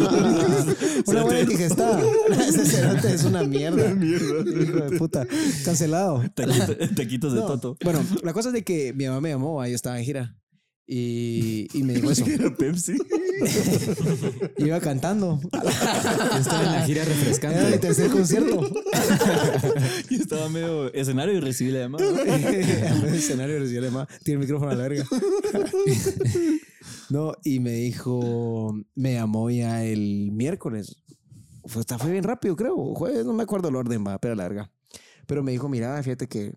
B: Una buena indigestada. Ese cerote es una mierda. Hijo de puta. Cancelado.
D: Taquito- taquitos de
B: No,
D: toto.
B: Bueno, la cosa es de que mi mamá me llamó, ahí yo estaba en gira. Y, y me dijo eso.
D: Pepsi.
B: Iba cantando.
E: Estaba en la gira
B: Era mi
E: refrescante.
B: tercer concierto.
D: Y estaba medio escenario y recibí la llamada.
B: el escenario recibió la llamada. Tiene el micrófono a la verga. No, y me dijo, me llamó ya el miércoles. Fue, hasta fue bien rápido, creo. Jueves, no me acuerdo el orden, va, pero a la verga. Pero me dijo, mira, fíjate que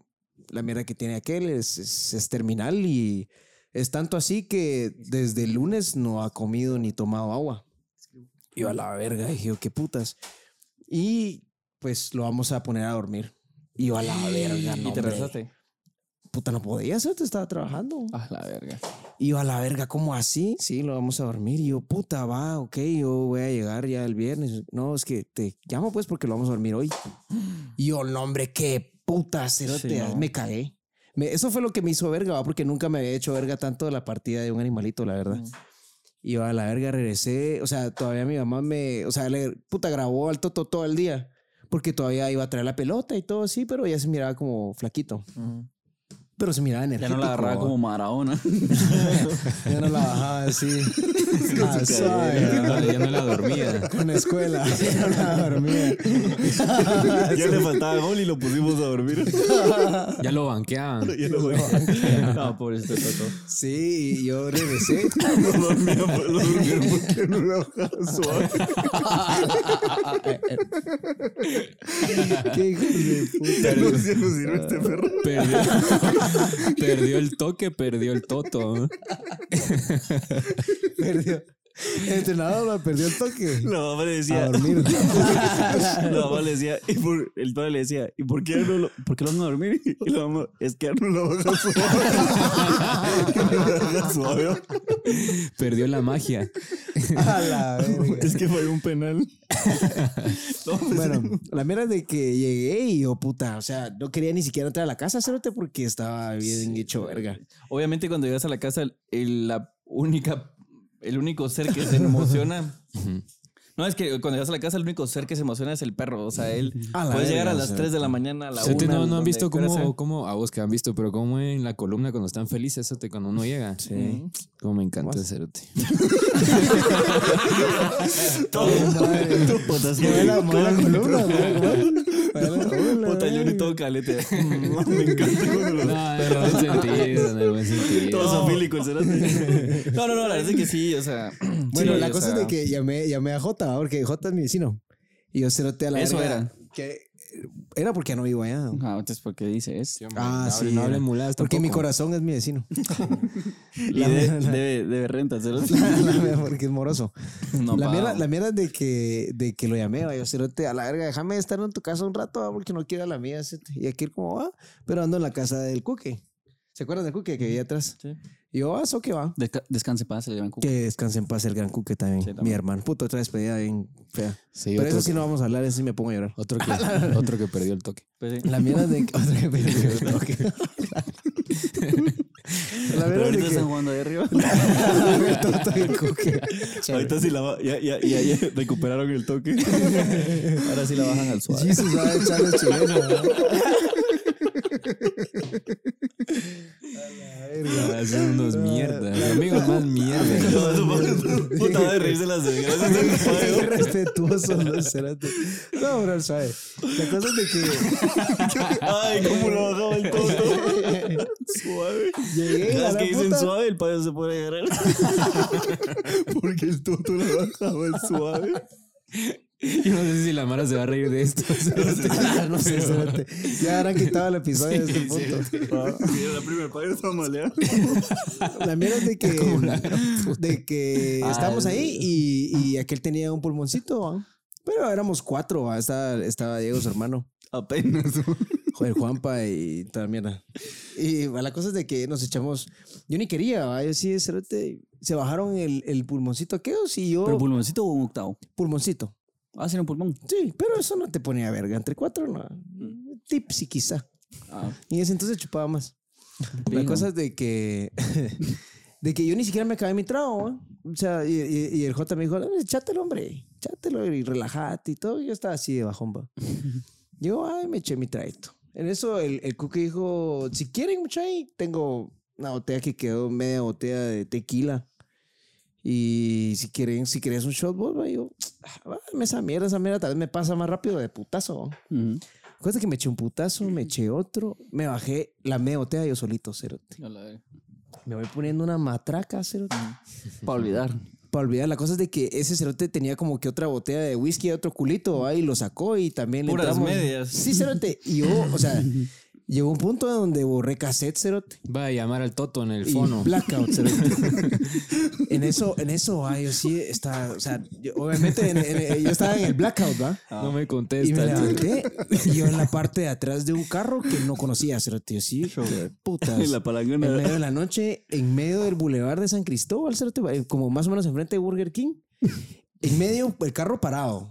B: la mierda que tiene aquel es, es, es terminal y es tanto así que desde el lunes no ha comido ni tomado agua. Y yo a la verga, dije, qué putas. Y pues lo vamos a poner a dormir. Y yo a la verga, no.
D: y te
B: hombre.
D: rezaste.
B: Puta, no podía hacer, te estaba trabajando.
D: Ah, la verga.
B: Y yo a la verga, ¿cómo así? Sí, lo vamos a dormir. Y yo, puta, va, ok, yo voy a llegar ya el viernes. No, es que te llamo pues porque lo vamos a dormir hoy. Y yo, no, hombre, qué puta, cerote,
D: Sí, no.
B: me cagué. Me- eso fue lo que me hizo verga, va, porque nunca me había hecho verga tanto de la partida de un animalito, la verdad.
C: Mm.
B: Y yo a la verga regresé, o sea, todavía mi mamá me, o sea, le, puta, grabó al toto todo el día, porque todavía iba a traer la pelota y todo así, pero ya se miraba como flaquito. Pero se miraba
C: Ya
B: energético.
C: no la agarraba
B: va.
C: como Maradona.
B: Ya no la bajaba así. Ah,
E: Ya
B: suave.
E: no, ya no la dormía.
B: Con escuela. Ya no la dormía.
D: Ya le faltaba gol y lo pusimos a dormir.
E: Ya lo banqueaban.
D: Ya lo voy. No, por este toto.
B: Sí, y yo regresé.
D: Lo dormía, lo durmieron porque no lo suave.
B: Qué hijos de puta.
D: no, ya no sirve este perro.
E: Perdió, perdió el toque, perdió el toto.
B: Perdió. El entrenador lo perdió el toque.
D: La mamá le decía.
B: A dormir.
D: La mamá le decía, y por- el padre le decía, ¿y por qué no lo, por qué lo van a dormir? Y la mamá, es que no lo baja suave. No lo baja suave.
E: Perdió la magia.
B: A la verga.
D: Es que falló un penal. No, pues,
B: Bueno, la mierda es de que llegué y yo, puta, o sea, no quería ni siquiera entrar a la casa, cerote, porque estaba bien hecho verga.
D: Obviamente cuando llegas a la casa, el- el- la única, el único ser que se emociona... No, es que cuando llegas a la casa, el único ser que se emociona es el perro. O sea, él
B: A la
D: puede llegar a
B: verga,
D: las
B: sí.
D: 3 de la mañana, a la
E: Sete,
D: 1.
E: no, no han visto cómo, cómo, a vos que han visto, pero cómo en la columna cuando están felices, Sete, cuando uno llega. Sí. Cómo me encanta el cerote.
D: Todo. Tú, puta, es que-
B: Mueve la- mueve la columna, mueve la columna.
D: Puta, yo ni todo calete. Mm, Me encanta cuando lo-
E: No, en el buen sentido, en el buen sentido.
D: Todo zofílico el cerote. No, no, no, la verdad es que sí, o sea.
B: Bueno,
D: sí,
B: la
D: o
B: cosa
D: sea,
B: es de que llamé, llamé a Jota, porque Jota es mi vecino. Y yo cerote a la
D: Eso
B: verga
D: era.
B: Que era porque ya no vivo allá.
C: Ah, entonces, ¿por qué dice eso?
B: Ah,
E: no,
B: sí.
E: No
B: era.
E: hablen muladas
B: Porque mi
E: tampoco.
B: corazón es mi vecino.
C: Y de- debe, debe renta, ¿sí?
B: La mierda, porque es moroso.
D: No,
B: la,
D: pa.
B: mierda, la mierda de que, de que lo llamé, va, yo cerote a la verga, déjame estar en tu casa un rato, va, porque no quiero ir a la mía. cerote". Y aquí como va, pero ando en la casa del cuque. ¿Se acuerdan del cuque que vivía atrás?
D: Sí.
B: Y yo, ah, eso que va.
C: Desca- descanse paz, se le llaman cuco.
B: Que descanse en paz el gran cuque también.
C: Sí, también.
B: Mi hermano. Puto, otra despedida bien fea.
E: Sí,
B: pero
E: otro,
B: eso sí no vamos a hablar, eso sí me pongo a llorar.
E: otro, que, otro que perdió el toque.
D: Pues sí.
B: La mierda de otra que me- la
C: Pero
B: veras de
C: ahorita
B: que...
C: están jugando ahí arriba.
B: El Toto y el Cuque.
D: Ahorita sí la ba- ya, ya, ya, ya recuperaron el toque. Ahora sí la bajan al suave.
B: Jesus, va a echarle chilena. ¿no?
E: Ah, Son unos mierdas. Los amigos más mierda.
D: No, eso fue- Puta de reírse las desgracias.
B: Qué respetuosos los cerotes. No, bro, sabe. La cosa es de que
D: Ay, cómo lo bajaba el toto. Suave.
B: llegué a
D: Las
B: la
D: que dicen
B: puta.
D: suave, el payo se pone a agarrar. Porque el toto lo bajaba el suave.
E: Yo no sé si la Mara se va a reír de esto.
B: Ah, no sé, cerote. Ya habrán quitado el episodio de este punto.
D: La primera payo estaba maleada.
B: La mierda es de que, de que estábamos ahí y, y aquel tenía un pulmoncito, ¿va? pero éramos cuatro, ¿va? Estaba, estaba Diego, su hermano.
D: Apenas.
B: Joder, Juanpa y toda la mierda. Y va, la cosa es de que nos echamos. Yo ni quería, ¿va? yo sí, cerote. Se bajaron el, el pulmoncito aquellos y yo.
C: ¿Pero pulmoncito o un octavo?
B: pulmoncito.
C: Ah, sí, un pulmón.
B: Sí, pero eso no te ponía verga. Entre cuatro, no. Tipsy quizá.
C: Ah.
B: Y en ese entonces chupaba más. La
C: Pingo.
B: cosa es de que... De que yo ni siquiera me acabé mi trago, ¿va? O sea, y, y- y el J me dijo, échatelo, hombre. Échatelo y relajate y todo. Y yo estaba así de bajón, va. Yo, ay, me eché mi traguito. En eso el, el cuque dijo, si quieren, mucho ahí, tengo una botella que quedó, media botella de tequila. Y si quieren, si querés un shot, vos, va, Y yo, "Ah, va, esa mierda, esa mierda tal vez me pasa más rápido de putazo. ¿va?".
C: Ujú.
B: Cuenta que me eché un putazo, me eché otro, me bajé la media botella yo solito, cerote.
C: A la verga.
B: Me voy poniendo una matraca, cerote.
C: Para olvidar.
B: Para olvidar, la cosa es de que ese cerote tenía como que otra botella de whisky y otro culito, ahí lo sacó y también le
D: Puras
B: entramos.
D: medias.
B: Sí, cerote. Y yo, o sea, llegó un punto donde borré cassette, cerote.
E: Va a llamar al Toto en el
B: y
E: fono.
B: Blackout. se ve. en eso, en eso, ay, yo sí estaba, o sea, yo- obviamente en- en- yo estaba en el blackout, ¿va?
E: No me
B: Y me
E: contesta.
B: levanté y yo en la parte de atrás de un carro que no conocía, cerote, yo sí, putas.
D: En la
B: En
D: palangana.
C: Eh,
B: medio de la noche, en medio del bulevar de San Cristóbal, cerote, eh, como más o menos enfrente de Burger King, en medio el carro parado.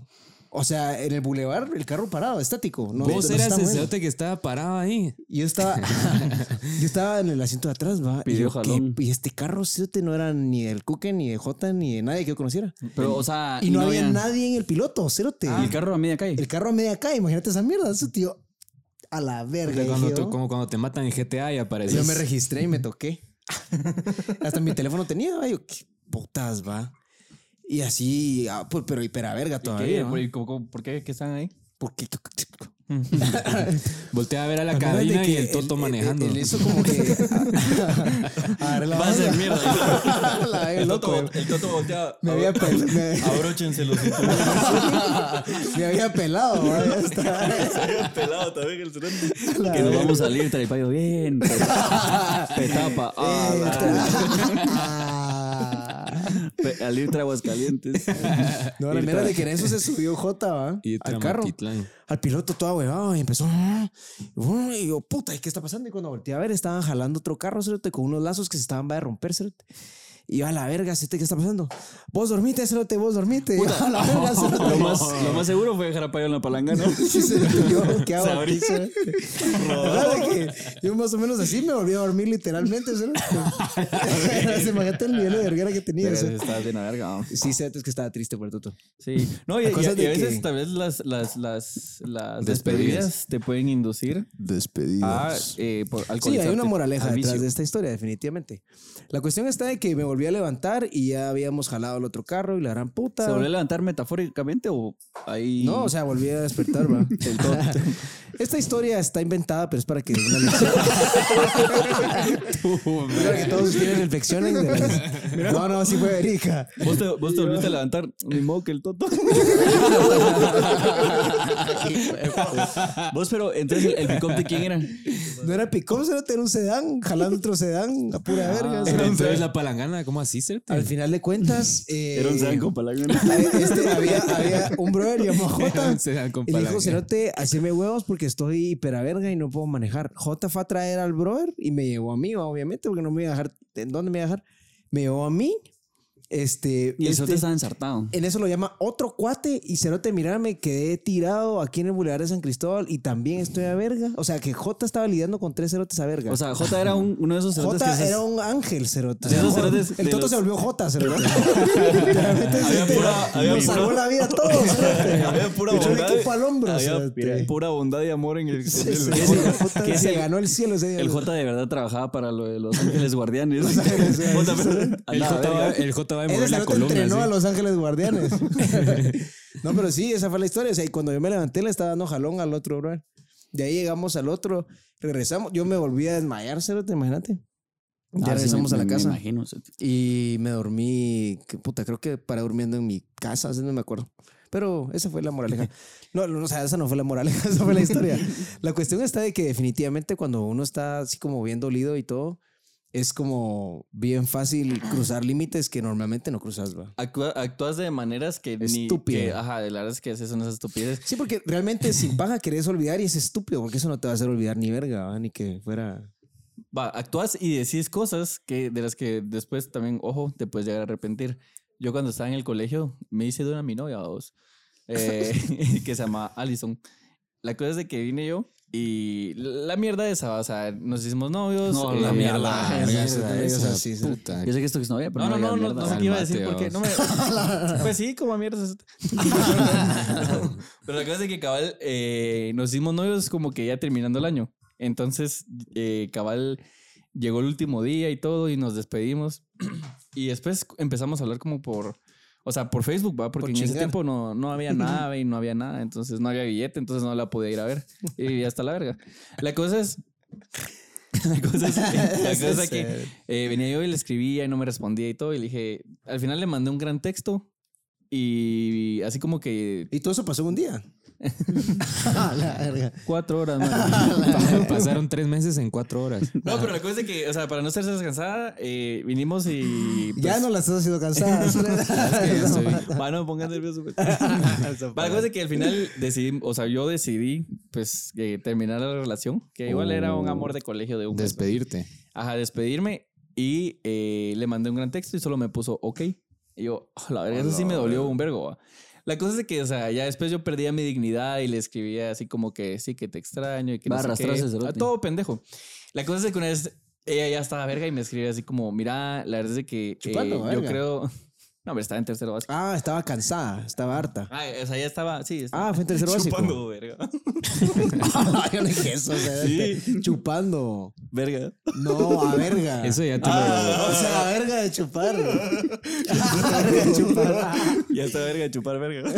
B: O sea, en el bulevar el carro parado, estático. No,
E: Vos
B: no
E: eras
B: está
E: el
B: moviendo.
E: cerote que estaba parado ahí.
B: Yo estaba, yo estaba en el asiento de atrás, va. y,
C: Pidió
B: yo, ¿qué?
C: jalón.
B: y este carro cerote, no era ni del Cuque, ni de Jota, ni de nadie que yo conociera.
C: Pero, o
D: Ah,
C: sea...
B: Y no, había nadie en el piloto, cerote.
C: El carro a media calle.
B: El carro a media calle, imagínate esa mierda, eso tío. A la verga.
E: Porque cuando
B: dije
E: te-
B: yo.
E: como cuando te matan en GTA y apareces.
B: Yo me registré y me toqué. Hasta mi teléfono tenía, va, yo, qué putas, va. Y así, ah, pues, pero hiper verga todavía. ¿no?
D: ¿Por, qué? ¿Qué están ahí?
B: ¿Por qué?
E: Voltea a ver a la
B: Además de
E: cabina y
B: que
E: el Toto
B: el- el-
E: manejando.
B: el- eso como que. A ver, la
D: Va a ser
B: onda.
D: mierda.
B: La- el
D: El
B: loco,
D: toto, el toto voltea.
B: Me había, pel- me,
D: Abróchense los cinturones.
B: me había pelado, ¿va? Ya está.
D: Se había pelado también el cerote.
B: La
C: Que nos
B: verga.
C: vamos a salir, Taripayo. Bien. Petapa. Ah,
B: Eh,
C: la-
B: tra-
C: Pe- Al ir Aguascalientes.
B: No, la
C: Ir
B: mierda
C: tra-
B: de que en eso se subió J, ¿va?
E: Y
B: Al carro.
E: Tramaquitlán.
B: Al piloto toda huevado y empezó. "Ah". Y yo, puta, ¿y qué está pasando? Y cuando volteé a ver, estaban jalando otro carro, cerote, con unos lazos que se estaban va a romper, cerote. Y yo, a la verga, cerote, ¿qué está pasando? Vos dormite, cerote, vos dormite. Y yo, a la verga, cerote.
C: Lo más, lo más seguro fue dejar a Payo en la palangana.
B: Sí, se yo, ¿qué hago
D: Se abrió.
B: aquí, cerote? La verdad es que yo más o menos así me volví a dormir literalmente, cerote. Imagínate el nivel de verguera que tenía.
C: Pero
B: cerote.
C: estás bien a verga. ¿no?
B: Sí, cerote, es que estaba triste por todo.
D: Sí. No, y,
B: La
D: y-
B: cosa es
D: y a
B: de
D: veces
B: que-
D: tal vez las, las, las, las
E: Despedidas.
D: despedidas te pueden inducir a
B: Despedidos.
D: eh, por
B: Sí, hay
D: alcoholizarte,
B: una moraleja
D: al
B: detrás
D: vicio.
B: de esta historia, definitivamente. La cuestión está de que me volví a levantar y ya habíamos jalado el otro carro y la gran puta.
C: ¿Se volvió a levantar metafóricamente o ahí?
B: Ah. No, o sea, volví a despertar, va. Esta historia está inventada, pero es para que una lección- es para que todos ustedes reflexionen. de las- No, no, sí fue verica.
D: Vos te, vos te volviste a levantar, ni modo que el toto.
C: Vos, pero entonces el, el pick-up de quién era?
B: No era picón, sino era un sedán, jalando otro sedán a pura verga.
E: Pero
B: cerote.
E: entonces la palangana, ¿cómo así, cerote?
B: Al final de cuentas, eh,
D: Era un zanco para
B: este, había, había un brother llamado Jota.
E: Se dan con
B: Y le dijo,
E: palangana.
B: Cerote, haceme huevos porque estoy hiperverga y no puedo manejar. J fue a traer al brother y me llevó a mí, obviamente, porque no me iba a dejar. ¿En dónde me iba a dejar? Me llevó a mí Este,
C: Y el
B: este-
C: cerote estaba ensartado.
B: en eso lo llama otro cuate y Cerote, mira, me quedé tirado aquí en el Boulevard de San Cristóbal y también estoy a verga. O sea, que J estaba lidiando con tres cerotes a verga.
C: O sea, J era un- uno de esos cerotes que
B: J
C: se-
B: era un ángel cerote.
C: De esos
B: O sea,
C: cerotes de
B: el toto
C: los-
B: se volvió J cerote. Literalmente, cerote,
D: pura- había
B: nos
D: pura-
B: salvó la vida a todos. cerote.
D: Había pura
B: Echó el
D: bondad.
B: equipo al hombro,
D: Había
B: cerote.
D: pura bondad y amor en el.
B: Sí,
D: en
B: sí,
D: el-
B: sí, el J
C: que es
B: se
C: el-
B: ganó el cielo ese día.
C: El J de verdad trabajaba para lo de Los Ángeles Guardianes. J, pero-
E: El
C: andaba
E: J,
C: verga. Ah,
E: va, el J va a
B: Él
E: mover la
B: cerote
E: columna.
B: entrenó
E: así.
B: a Los Ángeles Guardianes. no, pero sí, esa fue la historia. O sea, y cuando yo me levanté, le estaba dando jalón al otro, bro. De ahí llegamos al otro, regresamos. Yo me volví a desmayar, cerote, imagínate.
C: Ah,
B: Ya
C: sí,
B: regresamos
C: me-
B: a la
C: me-
B: casa.
C: Me imagino. cerote.
B: Y me dormí, que puta, creo que para durmiendo en mi casa, así no me acuerdo. Pero esa fue la moraleja. No, no, o sea, esa no fue la moraleja, esa fue la historia. La cuestión está de que definitivamente cuando uno está así como bien dolido y todo, es como bien fácil cruzar límites que normalmente no cruzas, va.
D: Actúa- actúas de maneras que ni.
B: Estúpido.
D: que- ajá, de la verdad es que esas son esas estupideces.
B: Sí, porque realmente sin paja querés olvidar y es estúpido, porque eso no te va a hacer olvidar ni verga, ¿va? ni que fuera...
D: Va, actúas y decís cosas que, de las que después también, ojo, te puedes llegar a arrepentir. Yo cuando estaba en el colegio me hice de una mi novia, vos, eh, que se llama Allison. La cosa es de que vine yo y la mierda de esa, o sea, nos hicimos novios.
C: No,
D: eh,
C: la mierda,
D: la-
C: la mierda,
B: esa, sí,
E: sí,
B: sí.
E: puta.
C: Yo sé que esto es novia, pero
D: No, no, no,
C: eh, digas
D: no,
C: mierda.
D: no sé qué iba a decir porque
E: Cálmate,
D: no me. pues sí, como mierda. es- Pero la cosa es que cabal, eh, nos hicimos novios como que ya terminando el año. Entonces, eh, cabal llegó el último día y todo y nos despedimos. Y después empezamos a hablar como por. O sea, por Facebook, ¿va? Porque
B: Por
D: en ese
B: chingar.
D: tiempo no, no había nada y no había nada. Entonces no había billete, entonces no la podía ir a ver. Y hasta la verga. La cosa es. La cosa es, la cosa es que eh, venía yo y le escribía y no me respondía y todo. Y le dije, al final le mandé un gran texto y así como que
B: Y todo eso pasó en un día. A la verga.
D: cuatro horas más.
E: Pasaron tres meses en cuatro horas.
D: No, pero la cosa es que, o sea, para no ser descansada, eh, vinimos y. pues,
B: Ya no la estás haciendo cansada.
D: Va, no me pongas nervioso. pues. Para la cosa es que al final decidí, o sea, yo decidí, pues, eh, terminar la relación, que igual era un
E: Oh.
D: amor de colegio de un. mes, ¿no?
E: Despedirte.
D: Ajá, despedirme y eh, le mandé un gran texto y solo me puso ok. Y yo, "A la verga, eso sí me dolió un vergo. va". La cosa es que, o sea, ya después yo perdía mi dignidad y le escribía así como que sí, que te extraño y que
C: Va a
D: no sé
C: arrastrarse,
D: qué.
C: cerote.
D: A todo pendejo. La cosa es que una vez ella ya estaba verga y me escribía así como, mira, la verdad es de que eh,
B: Chupando,
D: yo
B: verga.
D: creo... No, pero estaba en tercero básico.
B: Ah, estaba cansada, estaba harta.
D: Ah, o sea, ya estaba, sí.
B: Ah, fue en tercero básico. Ah,
D: Chupando, verga.
B: Yo le dije eso, o sea, Chupando.
D: Verga.
B: No, a verga.
E: Eso ya te
B: Ah, o sea, a verga de chupar. A verga de chupar.
D: Ya estaba verga de chupar verga.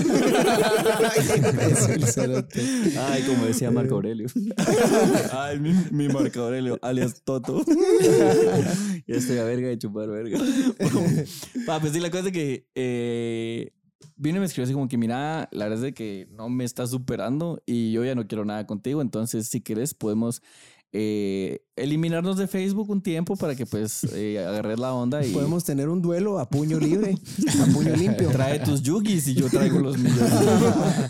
B: Qué imbécil, cerote.
C: Ay, como decía Marco Aurelio.
D: Ay, mi, mi Marco Aurelio, alias Toto.
C: Ya estoy a verga de chupar verga.
D: Pa, pues sí, la cosa es que eh, vino y me escribió así como que, mira, la verdad es de que no me estás superando y yo ya no quiero nada contigo, entonces si quieres podemos eh, eliminarnos de Facebook un tiempo para que pues eh, agarres la onda y
B: Podemos tener un duelo a puño libre, a puño limpio.
D: trae tus yugis y yo traigo los míos.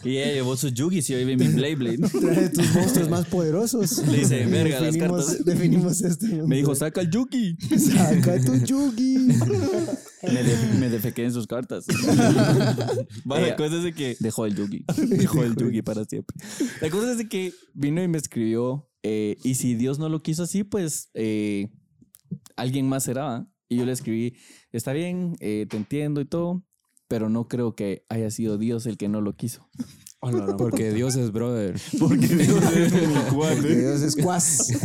D: y ella llevó sus yugis y yo llevé mi Blade
B: Trae tus monstruos más poderosos.
D: Le hice,
B: Y
D: "Verga, las
B: definimos-
D: cartas".
B: Definimos este mundo.
D: Me dijo, saca el yugi.
B: saca tu yugi.
C: Me, de- me defequé en sus cartas.
D: Va,
C: Ella-
D: la cosa es de que
C: Dejó el yugi.
D: Dijo el Yugi para siempre. La cosa es de que vino y me escribió, eh, y si Dios no lo quiso así, pues eh, alguien más será. ¿va? Y yo le escribí, está bien, eh, te entiendo y todo, pero no creo que haya sido Dios el que no lo quiso.
E: Porque Dios es brother.
D: Porque Dios es mi
B: Porque Dios es cuas.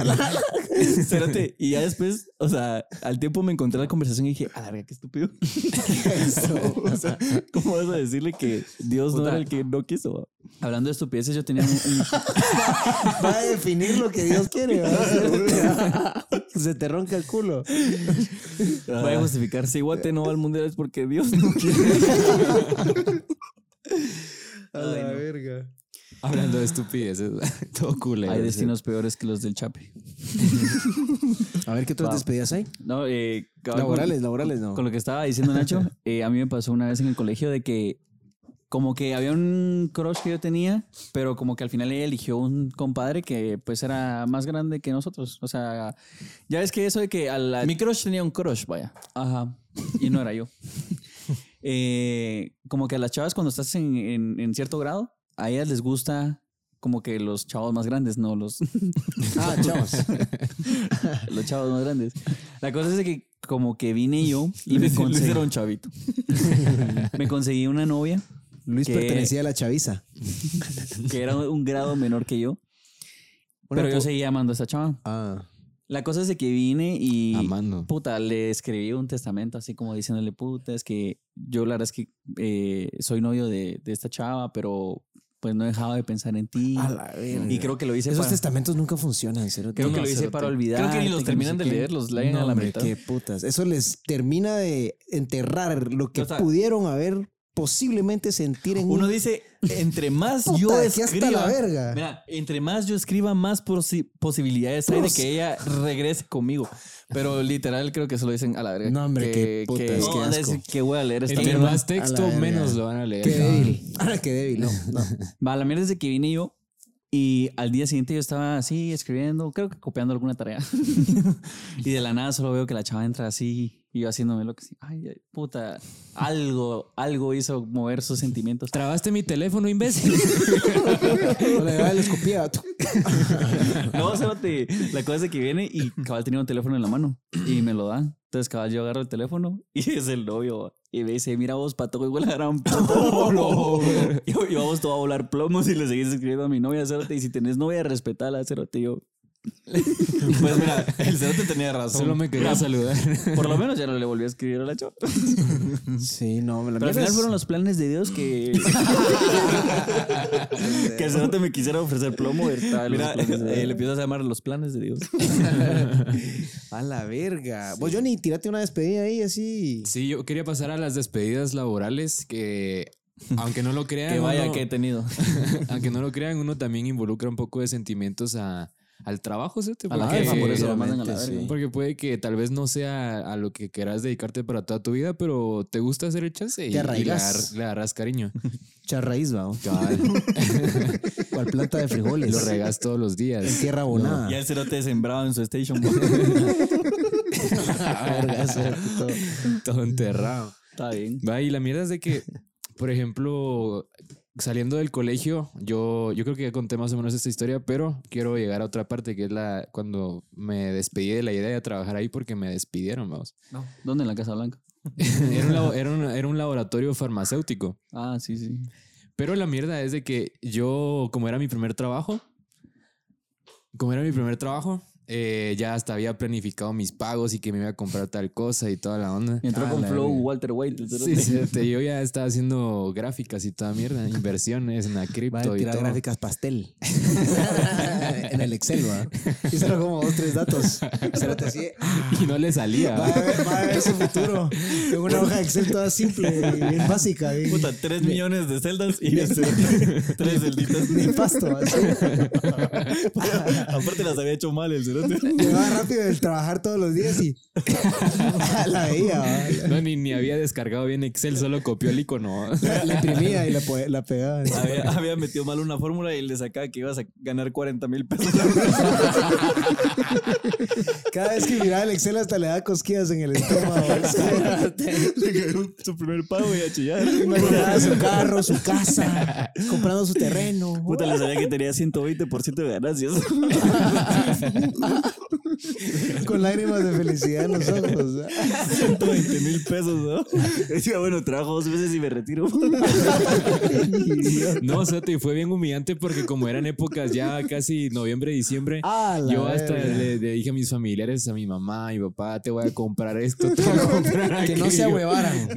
D: Espérate, y ya después, o sea, al tiempo me encontré la conversación y dije, a la verga, qué estúpido. O sea, ¿cómo vas a decirle que Dios no
C: Puta.
D: era el que no quiso? va?
C: Hablando de estupideces, yo tenía un- un,
B: Va a definir lo que Dios quiere. ¿verdad? Se te ronca el culo.
D: Voy a justificar. Si Guate no va al mundial es porque Dios no quiere.
B: A la verga.
E: Hablando de estupideces. Todo culero.
C: Hay destinos peores que los del Chape.
B: A ver, ¿qué otras despedidas hay?
C: No, eh, cabal, con-
B: Laborales, laborales, no.
C: Con lo que estaba diciendo Nacho, eh, a mí me pasó una vez en el colegio de que como que había un crush que yo tenía, pero como que al final ella eligió un compadre que pues era más grande que nosotros. O sea, ya ves que eso de que a la...
D: Mi crush tenía un crush, vaya.
C: Ajá. Y no era yo. eh, como que a las chavas cuando estás en, en- en cierto grado, a ellas les gusta como que los chavos más grandes, no los,
B: Ah, chavos.
C: los chavos más grandes. La cosa es de que como que vine yo y me
D: Luis- Luis
C: conseguí,
D: era un chavito.
C: me conseguí una novia
B: Luis
C: ¿Qué?
B: pertenecía a la chaviza.
C: que era un grado menor que yo,
B: Una
C: pero yo
B: po-
C: seguía amando a esa chava.
B: Ah.
C: La cosa es de que vine y...
E: Amando.
C: Puta, le escribí un testamento así como diciéndole, puta, es que yo la verdad es que eh, soy novio de, de esta chava, pero pues no he dejado de pensar en ti.
B: A la verga.
C: Y creo que lo hice
B: Esos
C: para,
B: testamentos nunca funcionan, cero.
C: creo que
B: No,
C: lo hice
B: cero.
C: para olvidar.
D: Creo que ni los terminan de leer, los leen
B: No,
D: a la
B: hombre,
D: mitad.
B: qué putas. Eso les termina de enterrar lo que
D: O sea,
B: pudieron haber posiblemente sentir en
D: Uno
B: un-
D: dice, entre más
B: Puta,
D: yo
B: aquí hasta
D: escriba,
B: la verga.
D: Mira, entre más yo escriba, más posi- posibilidades hay de que ella regrese conmigo. Pero literal creo que se lo dicen a la verga.
B: No, hombre, qué
D: que,
B: putas,
D: que-
B: qué
D: no, van a
B: asco.
D: decir que voy a leer esta
E: Entre
D: mierda.
E: más
B: A
E: texto,
B: la verga.
E: menos lo van a leer.
B: Qué débil. Ah, qué débil. No, no.
C: Va, la mierda es de que vine yo y al día siguiente yo estaba así escribiendo, creo que copiando alguna tarea. y de la nada solo veo que la chava entra así y yo haciéndome lo que sí. Ay, ay, puta, algo, algo hizo mover sus sentimientos.
E: Trabaste mi teléfono, imbécil.
B: No le daba la escopía.
C: No, cerote. La cosa es de que viene y cabal tenía un teléfono en la mano y me lo da. Entonces, cabal, yo agarro el teléfono y es el novio. Y me dice, mira vos, pato, que la gran puta. yo, yo a vos te voy a volar plomos y le seguís escribiendo a mi novia, cerote. Y si tenés novia, respetala, cerote. Yo,
D: Pues mira, el cerote tenía razón.
E: Solo me quería saludar.
C: por lo menos ya no le volví a escribir a la chava. Pero
B: Sí, no. La
C: al
B: mierda
C: final
B: es-
C: fueron los planes de Dios que... que el cerote me quisiera ofrecer plomo. estaba en los
D: Mira,
C: planes de
D: eh, le
C: Dios.
D: empiezas a llamar los planes de Dios.
B: A la verga. Vos, Johnny, tirate una despedida ahí así.
E: Sí, yo quería pasar a las despedidas laborales que, aunque no lo crean,
D: Que vaya
E: uno-
D: que he tenido.
E: aunque no lo crean, uno también involucra un poco de sentimientos a- al trabajo, ¿cierto?
C: A la
E: Porque-
C: jefa, por eso lo mandan a la
B: obviamente,
C: verga.
B: Ah, sí.
E: Porque puede que tal vez no sea a lo que querás dedicarte para toda tu vida, pero te gusta hacer el chance y, y le,
B: arraigas.
E: agar- le agarras cariño.
B: Charraíz, va. ¿o? Cual planta de frijoles.
E: Lo regas todos los
B: En
E: días.
B: tierra abonada.
D: Ya el cerote sembrado en su station.
B: Verga, cierto.
E: Todo enterrado.
B: Ah.
C: Está bien.
E: Va, y la mierda es de que, por ejemplo, saliendo del colegio, yo, yo creo que ya conté más o menos esta historia, pero quiero llegar a otra parte que es la cuando me despedí de la idea de trabajar ahí porque me despidieron, vamos.
C: ¿Dónde? En la Casa Blanca.
E: Era un, labo- era un- era un laboratorio farmacéutico.
C: Ah, sí, sí.
E: Pero la mierda es de que yo, como era mi primer trabajo, como era mi primer trabajo, eh, ya hasta había planificado mis pagos y que me iba a comprar tal cosa y toda la onda.
C: Entró
E: Ah,
C: con
E: la
C: Flow
E: verga.
C: Walter White. el
E: Sí,
C: cerote.
E: sí, te- yo ya estaba haciendo gráficas y toda mierda, inversiones en la
B: Va
E: cripto
B: a
E: y
B: tirar
E: todo.
B: gráficas pastel. en el Excel, va. Y solo como dos, tres datos. Cero te sigue.
E: Y no le salía.
B: Va a ver, va a ver su futuro. Con una hoja de Excel toda simple, bien básica. Bien,
D: Puta, 3 millones de celdas y el cerote, tres celditas.
B: bien pasto, va, sí.
D: Aparte las había hecho mal el cerote.
B: Llegaba rápido del trabajar todos los días y la veía, va.
E: No, ni, ni había descargado bien Excel, solo copió el icono.
B: La, la imprimía y la, po- la pegaba.
D: Había, había metido mal una fórmula y le sacaba que ibas a ganar 40 mil pesos.
B: Cada vez que miraba el Excel hasta le daba cosquillas en el estómago.
D: Le cayó su primer pago y a chillar.
B: Imaginaba su carro, su casa, comprando su terreno.
C: Puta, le sabía que tenía 120% de ganancias.
B: Con lágrimas de felicidad en los ojos.
D: 120 mil pesos, ¿no?
C: Decía, bueno, trabajo dos veces y me retiro.
E: No, o sea, te fue bien humillante porque como eran épocas ya casi noviembre, diciembre,
B: Ah, la
E: yo hasta
B: verga.
E: le, le dije a mis familiares, a mi mamá, a mi papá, te voy a comprar esto, te voy a comprar
B: Que no se
E: aquello".
B: ahuevaran.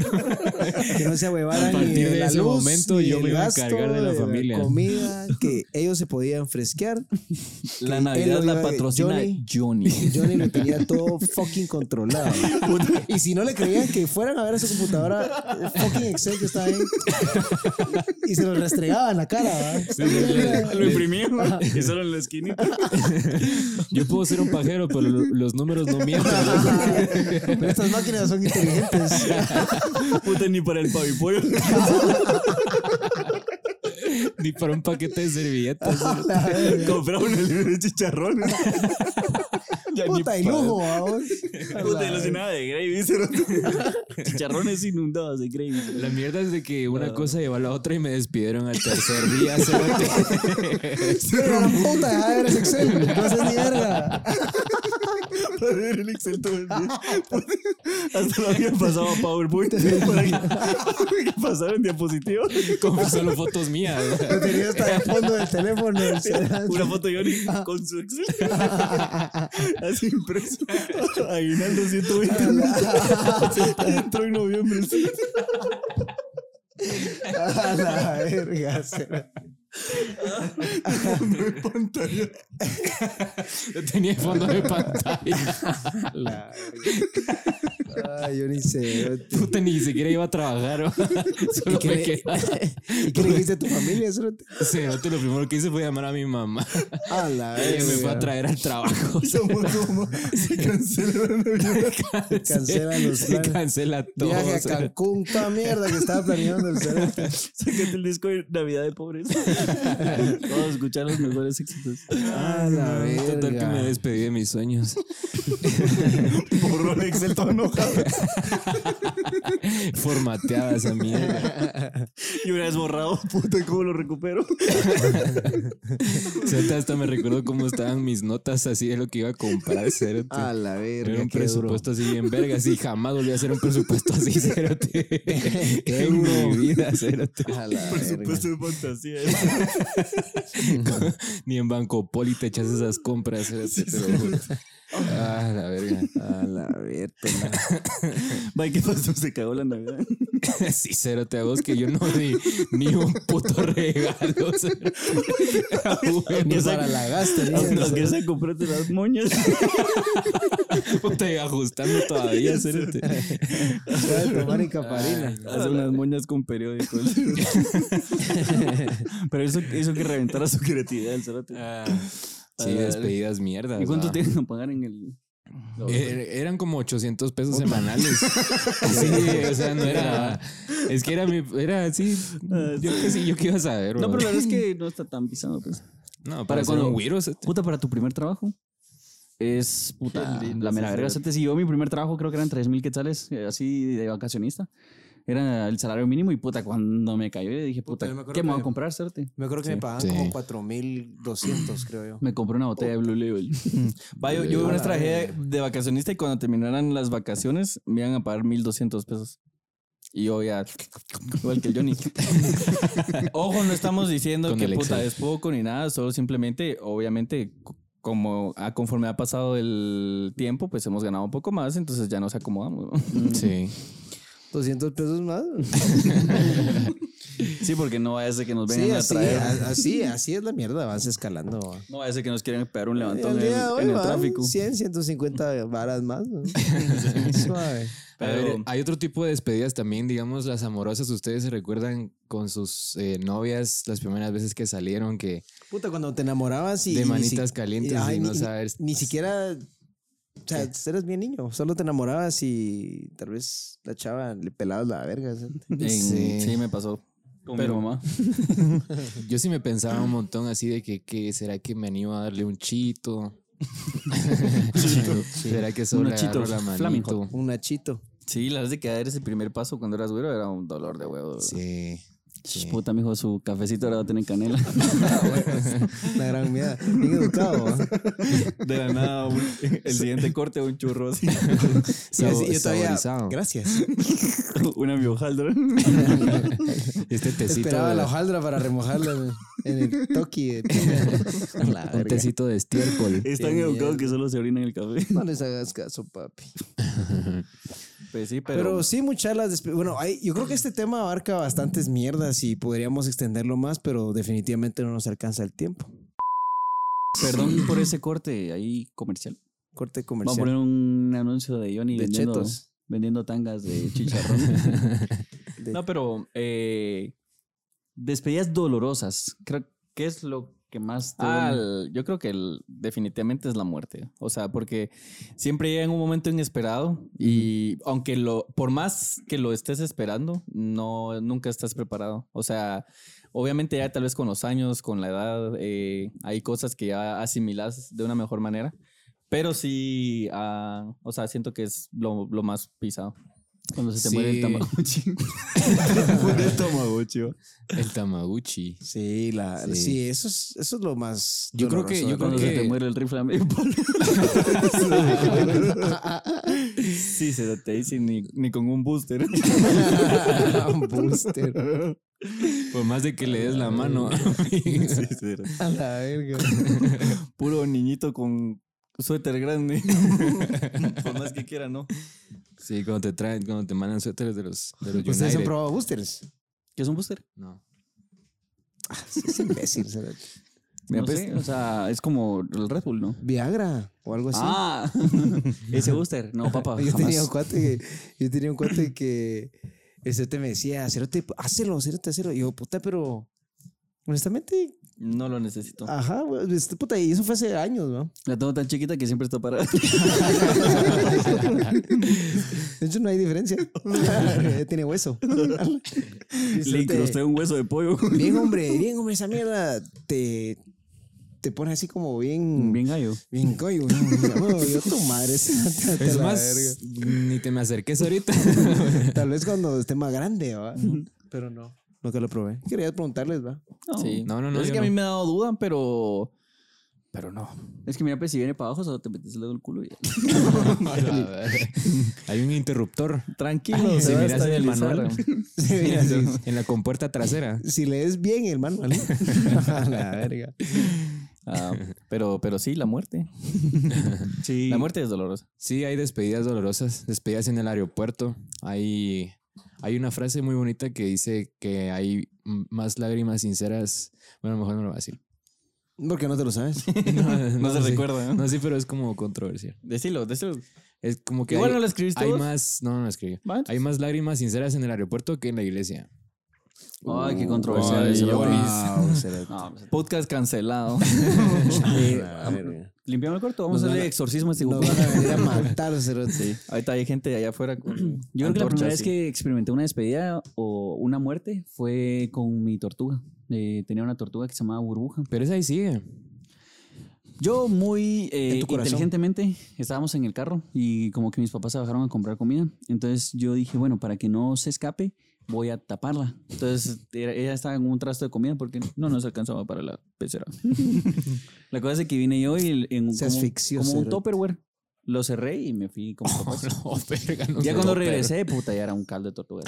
B: que no se ahuevaran.
E: A partir
B: ni
E: de
B: la
E: ese
B: luz,
E: momento,
B: ni
E: yo
B: el
E: me iba a
B: gasto,
E: encargar de la familia.
B: comida, que ellos se podían fresquear. Que
D: La
B: él
D: Navidad
B: lo iba
D: la
B: a-
D: patrocina
B: Johnny.
D: Johnny.
B: Johnny lo tenía todo fucking controlado. Y si no le creían que fueran a ver a su computadora, fucking Excel que estaba ahí. Y se lo restregaba en la cara. ¿verdad?
C: Lo imprimí y solo en la esquinita.
E: Yo puedo ser un pajero, pero lo- los números no mienten.
B: Pero estas máquinas son inteligentes.
C: Puta, ni para el pavipollo.
E: Ni para un paquete de servilletas.
B: La verga.
C: Compraba una libra de chicharrones.
B: Ya Puta, de lujo, vamos.
C: Puta, ilusionada de gravy. Chicharrones inundados de gravy.
E: La mierda es de que una cosa llevó a la otra y me despidieron al tercer día. cerote.
B: Pero la puta, deja de ver ese Excel. No haces ni verga.
D: Para ver el Excel todo el día. Hasta lo habían pasado a PowerPoint para que, que pasara en diapositiva.
E: Como solo fotos mías.
B: Lo tenía hasta de fondo del teléfono. el cerote.
D: Una foto de
C: Ah.
D: Johnny con su Excel. Así impreso. Aguinaldo 120. Entró en noviembre.
B: A la verga, cerote.
E: Lo tenía en fondo de pantalla.
B: La verga. Ay, yo ni sé.
E: Puta, ni siquiera iba a trabajar. ¿no? Solo
B: qué
E: me
B: le-
E: quedaba.
B: ¿Y qué le dijiste a tu familia? cerote?
E: Cerote, lo primero que hice fue llamar a mi mamá.
B: A la
E: Ella me fue a
B: verga.
E: traer al trabajo.
D: Se cancelaron
B: Cancela los
E: Se
B: planes.
E: cancela todo.
B: Viaje a
E: cerote.
B: Cancún, toda mierda que estaba planeando el cerote.
C: Sácate el disco de Navidad de Pobreza. Vamos a escuchar los mejores éxitos.
B: A la
E: Ay, Total que me
B: verga.
E: despedí de mis sueños.
D: Borró el Excel todo enojado.
E: Formateada esa mierda.
C: Y una vez borrado, puta, ¿cómo lo recupero?
E: Cerote, hasta me recuerdo cómo estaban mis notas así de lo que iba a comprar. Cerote.
B: A la
E: este, Era
B: verga,
E: un
B: qué duro.
E: presupuesto así bien vergas y jamás volví a hacer un presupuesto así, cerote.
B: Qué
E: en
B: duro.
E: mi vida, cerote.
B: A la verga.
D: Presupuesto de fantasía.
E: Ni en Banco Poli te echas esas compras, cerote. te lo juro. Ah, la verga.
B: A la verga.
C: Mike, ¿qué pasó? Se cagó la Navidad.
E: Sí, cerote, a vos que yo no di ni un puto regalo, cerote. Ah, bueno,
B: Ni para la gasta, ni
C: Aunque
B: nada,
C: aunque sea comprarte las moñas.
E: puta, y ajustando todavía, cerote.
B: Se va a tomar en Caparina.
C: Haz unas moñas con periódicos. Pero eso hizo que reventara su creatividad el cerote.
E: Ah, Sí, despedidas mierdas.
C: ¿Y cuánto
E: va.
C: te iban a pagar en el...? No,
E: Er- eran como 800 pesos semanales. sí, o sea, no era. Es que era mi. Era así. Yo qué sé, yo qué iba a saber.
C: No,
E: bro.
C: pero la verdad es que no está tan pisado. Pues. para
E: No, para con
C: cuando-
E: un güiro, o sea,
C: Puta, para tu primer trabajo. Es puta,
D: Qué lindo
C: la mera
D: ese
C: verga.
D: cerote.
C: cerote. Si yo mi primer trabajo creo que eran 3 mil quetzales, eh, así de vacacionista. Era el salario mínimo y puta, cuando me cayó, yo dije, puta,
B: Puta, yo me acuerdo
C: ¿qué me voy
B: que-
C: a comprar,
E: Ah,
C: cerote?
B: Me acuerdo que me pagaban
E: Sí.
B: como 4200, creo yo.
C: Me compré una botella de Blue Label.
D: Va, yo, yo una vez trabajé de vacacionista y cuando terminaran las vacaciones me iban a pagar 1200 pesos. Y yo ya, igual que el Johnny. Ojo, no estamos diciendo
E: Con
D: que
E: el
D: puta
E: Excel.
D: es poco ni nada, solo simplemente, obviamente, co- como a conforme ha pasado el tiempo, pues hemos ganado un poco más, entonces ya nos acomodamos. ¿no?
E: Sí.
B: 200 pesos más.
C: Sí, porque no vaya a ser que nos vengan
B: Sí,
C: a
B: así,
C: traer.
B: a- así, así es la mierda, vas escalando. va.
C: No vaya a ser que nos quieran pegar un levantón
B: El
C: en el,
B: día de hoy
C: en el
B: van
C: tráfico.
B: 100, 150 varas más. ¿no? Suave.
E: A
D: Pero-
E: ver, hay otro tipo de despedidas también, digamos, las amorosas. Ustedes se recuerdan con sus eh, novias las primeras veces que salieron, que
B: Puta, cuando te enamorabas y...
E: de
B: y ni
E: manitas
B: si-
E: calientes
B: ay,
E: y no
B: ni-
E: saber.
B: Ni siquiera... O sea, eras bien niño, solo te enamorabas y tal vez la chava le pelabas la verga. ¿sí?
D: En-
E: Sí.
D: sí. me pasó.
C: Con
D: Pero-
C: mi mamá.
E: eh, Yo sí me pensaba un montón así de que, que ¿será que me animo a darle un chito? ¿Será que solo
C: Unos
E: le agarro
C: chitos,
E: la
C: Flaming Hot.
E: manito?
B: Un nachito.
D: Sí, la vez de que dar ese primer paso cuando eras güero era un dolor de huevo.
E: Sí.
C: Ch, Puta, mijo, su cafecito ahora va a tener canela.
B: Una gran mierda. Bien educado. ¿va?
D: De la nada, un- el siguiente corte, un churro así.
B: Y así,
E: Sabo-
B: yo todavía-
E: saborizado.
B: Gracias.
C: Una miojaldra.
E: Este tecito.
B: Esperaba
E: de-
B: la hojaldra para remojarla en- en el toki. de piña. La
E: un
B: verga.
E: tecito de estiércol.
C: Es tan
B: Qué
C: educado
B: mierda.
C: que solo se orina en el café.
B: No les hagas caso, papi.
D: Pues sí, pero,
B: Pero, sí, muchas las... despe- Bueno, hay- yo creo que este tema abarca bastantes mierdas y podríamos extenderlo más, pero definitivamente no nos alcanza el tiempo.
C: Perdón por ese corte ahí comercial.
B: Corte
C: Vamos a
B: comercial.
C: poner un anuncio de Johnny
B: de
C: vendiendo,
B: chetos.
C: vendiendo tangas de chicharrón.
B: de-
D: no, pero eh,
C: Despedidas dolorosas. Creo que es lo que más te
D: Ah,
C: duele.
D: el- yo creo que el- definitivamente es la muerte. O sea, porque siempre llega en un momento inesperado y aunque lo, por más que lo estés esperando, no, nunca estás preparado. O sea, obviamente ya tal vez con los años, con la edad, eh, hay cosas que ya asimilas de una mejor manera. Pero sí, ah, o sea, siento que es lo, lo más pisado.
C: Cuando se te
E: Sí.
C: muere el Tamagotchi.
B: el Tamagotchi. ¿va?
E: El Tamagotchi.
B: Sí, la, sí.
E: Sí.
B: eso, es, eso es lo más.
E: Yo creo que- yo
B: doloroso,
C: Cuando
B: ¿verdad?
E: creo
C: se te muere el rifle a medio palo.
D: Sí, se te dice ni, ni con un booster.
B: Un booster.
E: Por más de que le des la mano.
B: A la verga.
D: Puro niñito con suéter grande. Por más que quiera, ¿no?
E: Sí, cuando te traen, cuando te mandan suéteres de los, de los
B: ¿Ustedes han
E: United.
B: probado boosters?
D: ¿Qué es un booster?
E: No.
B: Es imbécil. será.
C: Me
D: No sé,
C: apesta. o sea, es como el Red Bull, ¿no?
B: Viagra o algo así.
C: Ah, ese booster. No, papá.
B: yo, tenía un
C: jamás.
B: cuate que, yo tenía un cuate que este te me decía, Cerote, hazlo, Cerote, hazlo. Y yo, puta, pero honestamente,
D: No lo necesito.
B: ajá, güey, este, puta, y eso fue hace años, ¿no?
C: La tengo tan chiquita que siempre está parada.
B: De hecho, no hay diferencia. Ya tiene hueso. Y
C: Le
B: Cerote,
C: incrusté un hueso de pollo.
B: Bien, hombre, bien, hombre, esa mierda te, te pone así como bien.
C: Bien gallo.
B: Bien coño, no, no, yo tu madre. Cerote, hasta
E: Es
B: la
E: más, ni te me acerques ahorita.
B: verga. Tal vez cuando esté más grande, ¿va? Pero no. Nunca lo probé. Quería preguntarles, ¿va?
D: Sí.
E: No, no, no.
D: es
E: yo
D: que
E: no.
D: a mí me ha dado duda, pero. Pero no.
C: Es que mira, pues si viene para abajo, solo te metes el dedo en el culo y
E: Hay un interruptor.
D: Tranquilo,
E: Si
D: se va a
E: miras en el
D: estabilizar.
E: manual.
B: Sí, mira, sí, sí.
E: En la compuerta trasera.
B: Si lees bien el manual. A la verga.
D: Ah, pero, pero sí, la muerte.
E: Sí.
D: La muerte es dolorosa.
E: Sí, hay despedidas dolorosas, despedidas en el aeropuerto. Hay, hay una frase muy bonita que dice que hay m- más lágrimas sinceras. Bueno, mejor no lo voy a decir.
B: ¿Por qué no te lo sabes?
D: No, se
E: sí.
D: recuerda. ¿no?
E: No, sí, pero es como controversial.
D: Decilo, decilo.
E: Es como que
D: Igual
E: hay,
D: no lo escribiste
E: hay
D: vos.
E: más... No, no lo escribí.
D: Va, entonces.
E: Hay más lágrimas sinceras en el aeropuerto que en la iglesia.
C: Ay, qué controversial
D: ay,
C: ese
D: yo
C: hombre.
B: Wow, Cerote.
C: No, pues,
D: Podcast cancelado.
B: A la verga.
C: limpiamos el cuarto. Vamos
B: Nos
C: a hacer
B: van a-
C: exorcismo a este
B: Nos
C: grupo.
B: van a venir a matar, Cerote.
D: Ahorita hay gente allá afuera con.
C: Yo creo que la
D: antorchas,
C: primera vez
D: sí.
C: que experimenté una despedida o una muerte fue con mi tortuga. Eh, tenía una tortuga que se llamaba Burbuja.
E: Pero esa ahí sigue.
C: Yo muy eh,
B: En tu corazón.
C: inteligentemente estábamos en el carro y como que mis papás se bajaron a comprar comida. Entonces yo dije, bueno, para que no se escape, voy a taparla. Entonces era- ella estaba en un trasto de comida porque no nos alcanzaba para la pecera. la cosa es que vine yo y el- en un,
B: Se asfixió,
C: como, como un
B: cerote.
C: topperware. Lo cerré y me fui como
E: No, verga, no
C: Ya
E: sé.
C: cuando
E: No,
C: regresé, puta, ya era un caldo de tortuga.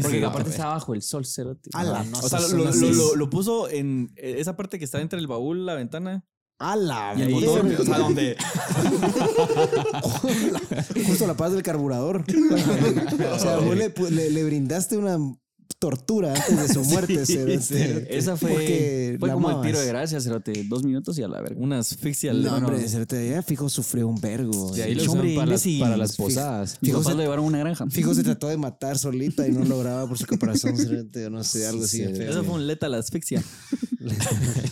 C: Porque aparte estaba bajo el sol, cerote.
B: A la
D: O sea,
B: Esas
D: lo,
B: son
D: lo-
B: las-
D: lo- lo puso en eh, esa parte que está entre el baúl, la ventana
B: A la
D: y el motor.
B: verga.
D: O sea, donde.
B: Justo la paz del carburador. o sea, vos le, pu- le- le brindaste una tortura antes de su muerte, Cerote.
C: Esa
B: Porque
C: fue, fue
B: la
C: como el
B: amabas.
C: tiro de gracia, cerote. Dos minutos y a la verga.
D: Una asfixia.
B: No,
D: al-
B: hombre, Cerote, ya "Ah, fijo sufrió un vergo.
E: Y ahí lo
B: Yo, hombre,
E: usan para, las-
B: imbécil.
E: para las
B: Fijo-
E: posadas.
C: Mis
B: Fijo,
C: papás
B: se-
C: lo llevaron a una granja.
B: Fijo se trató de matar solita y no lograba por su caparazón, Cerote, o no sé, algo así.
E: Sí,
B: de feo.
D: Eso fue un letal asfixia.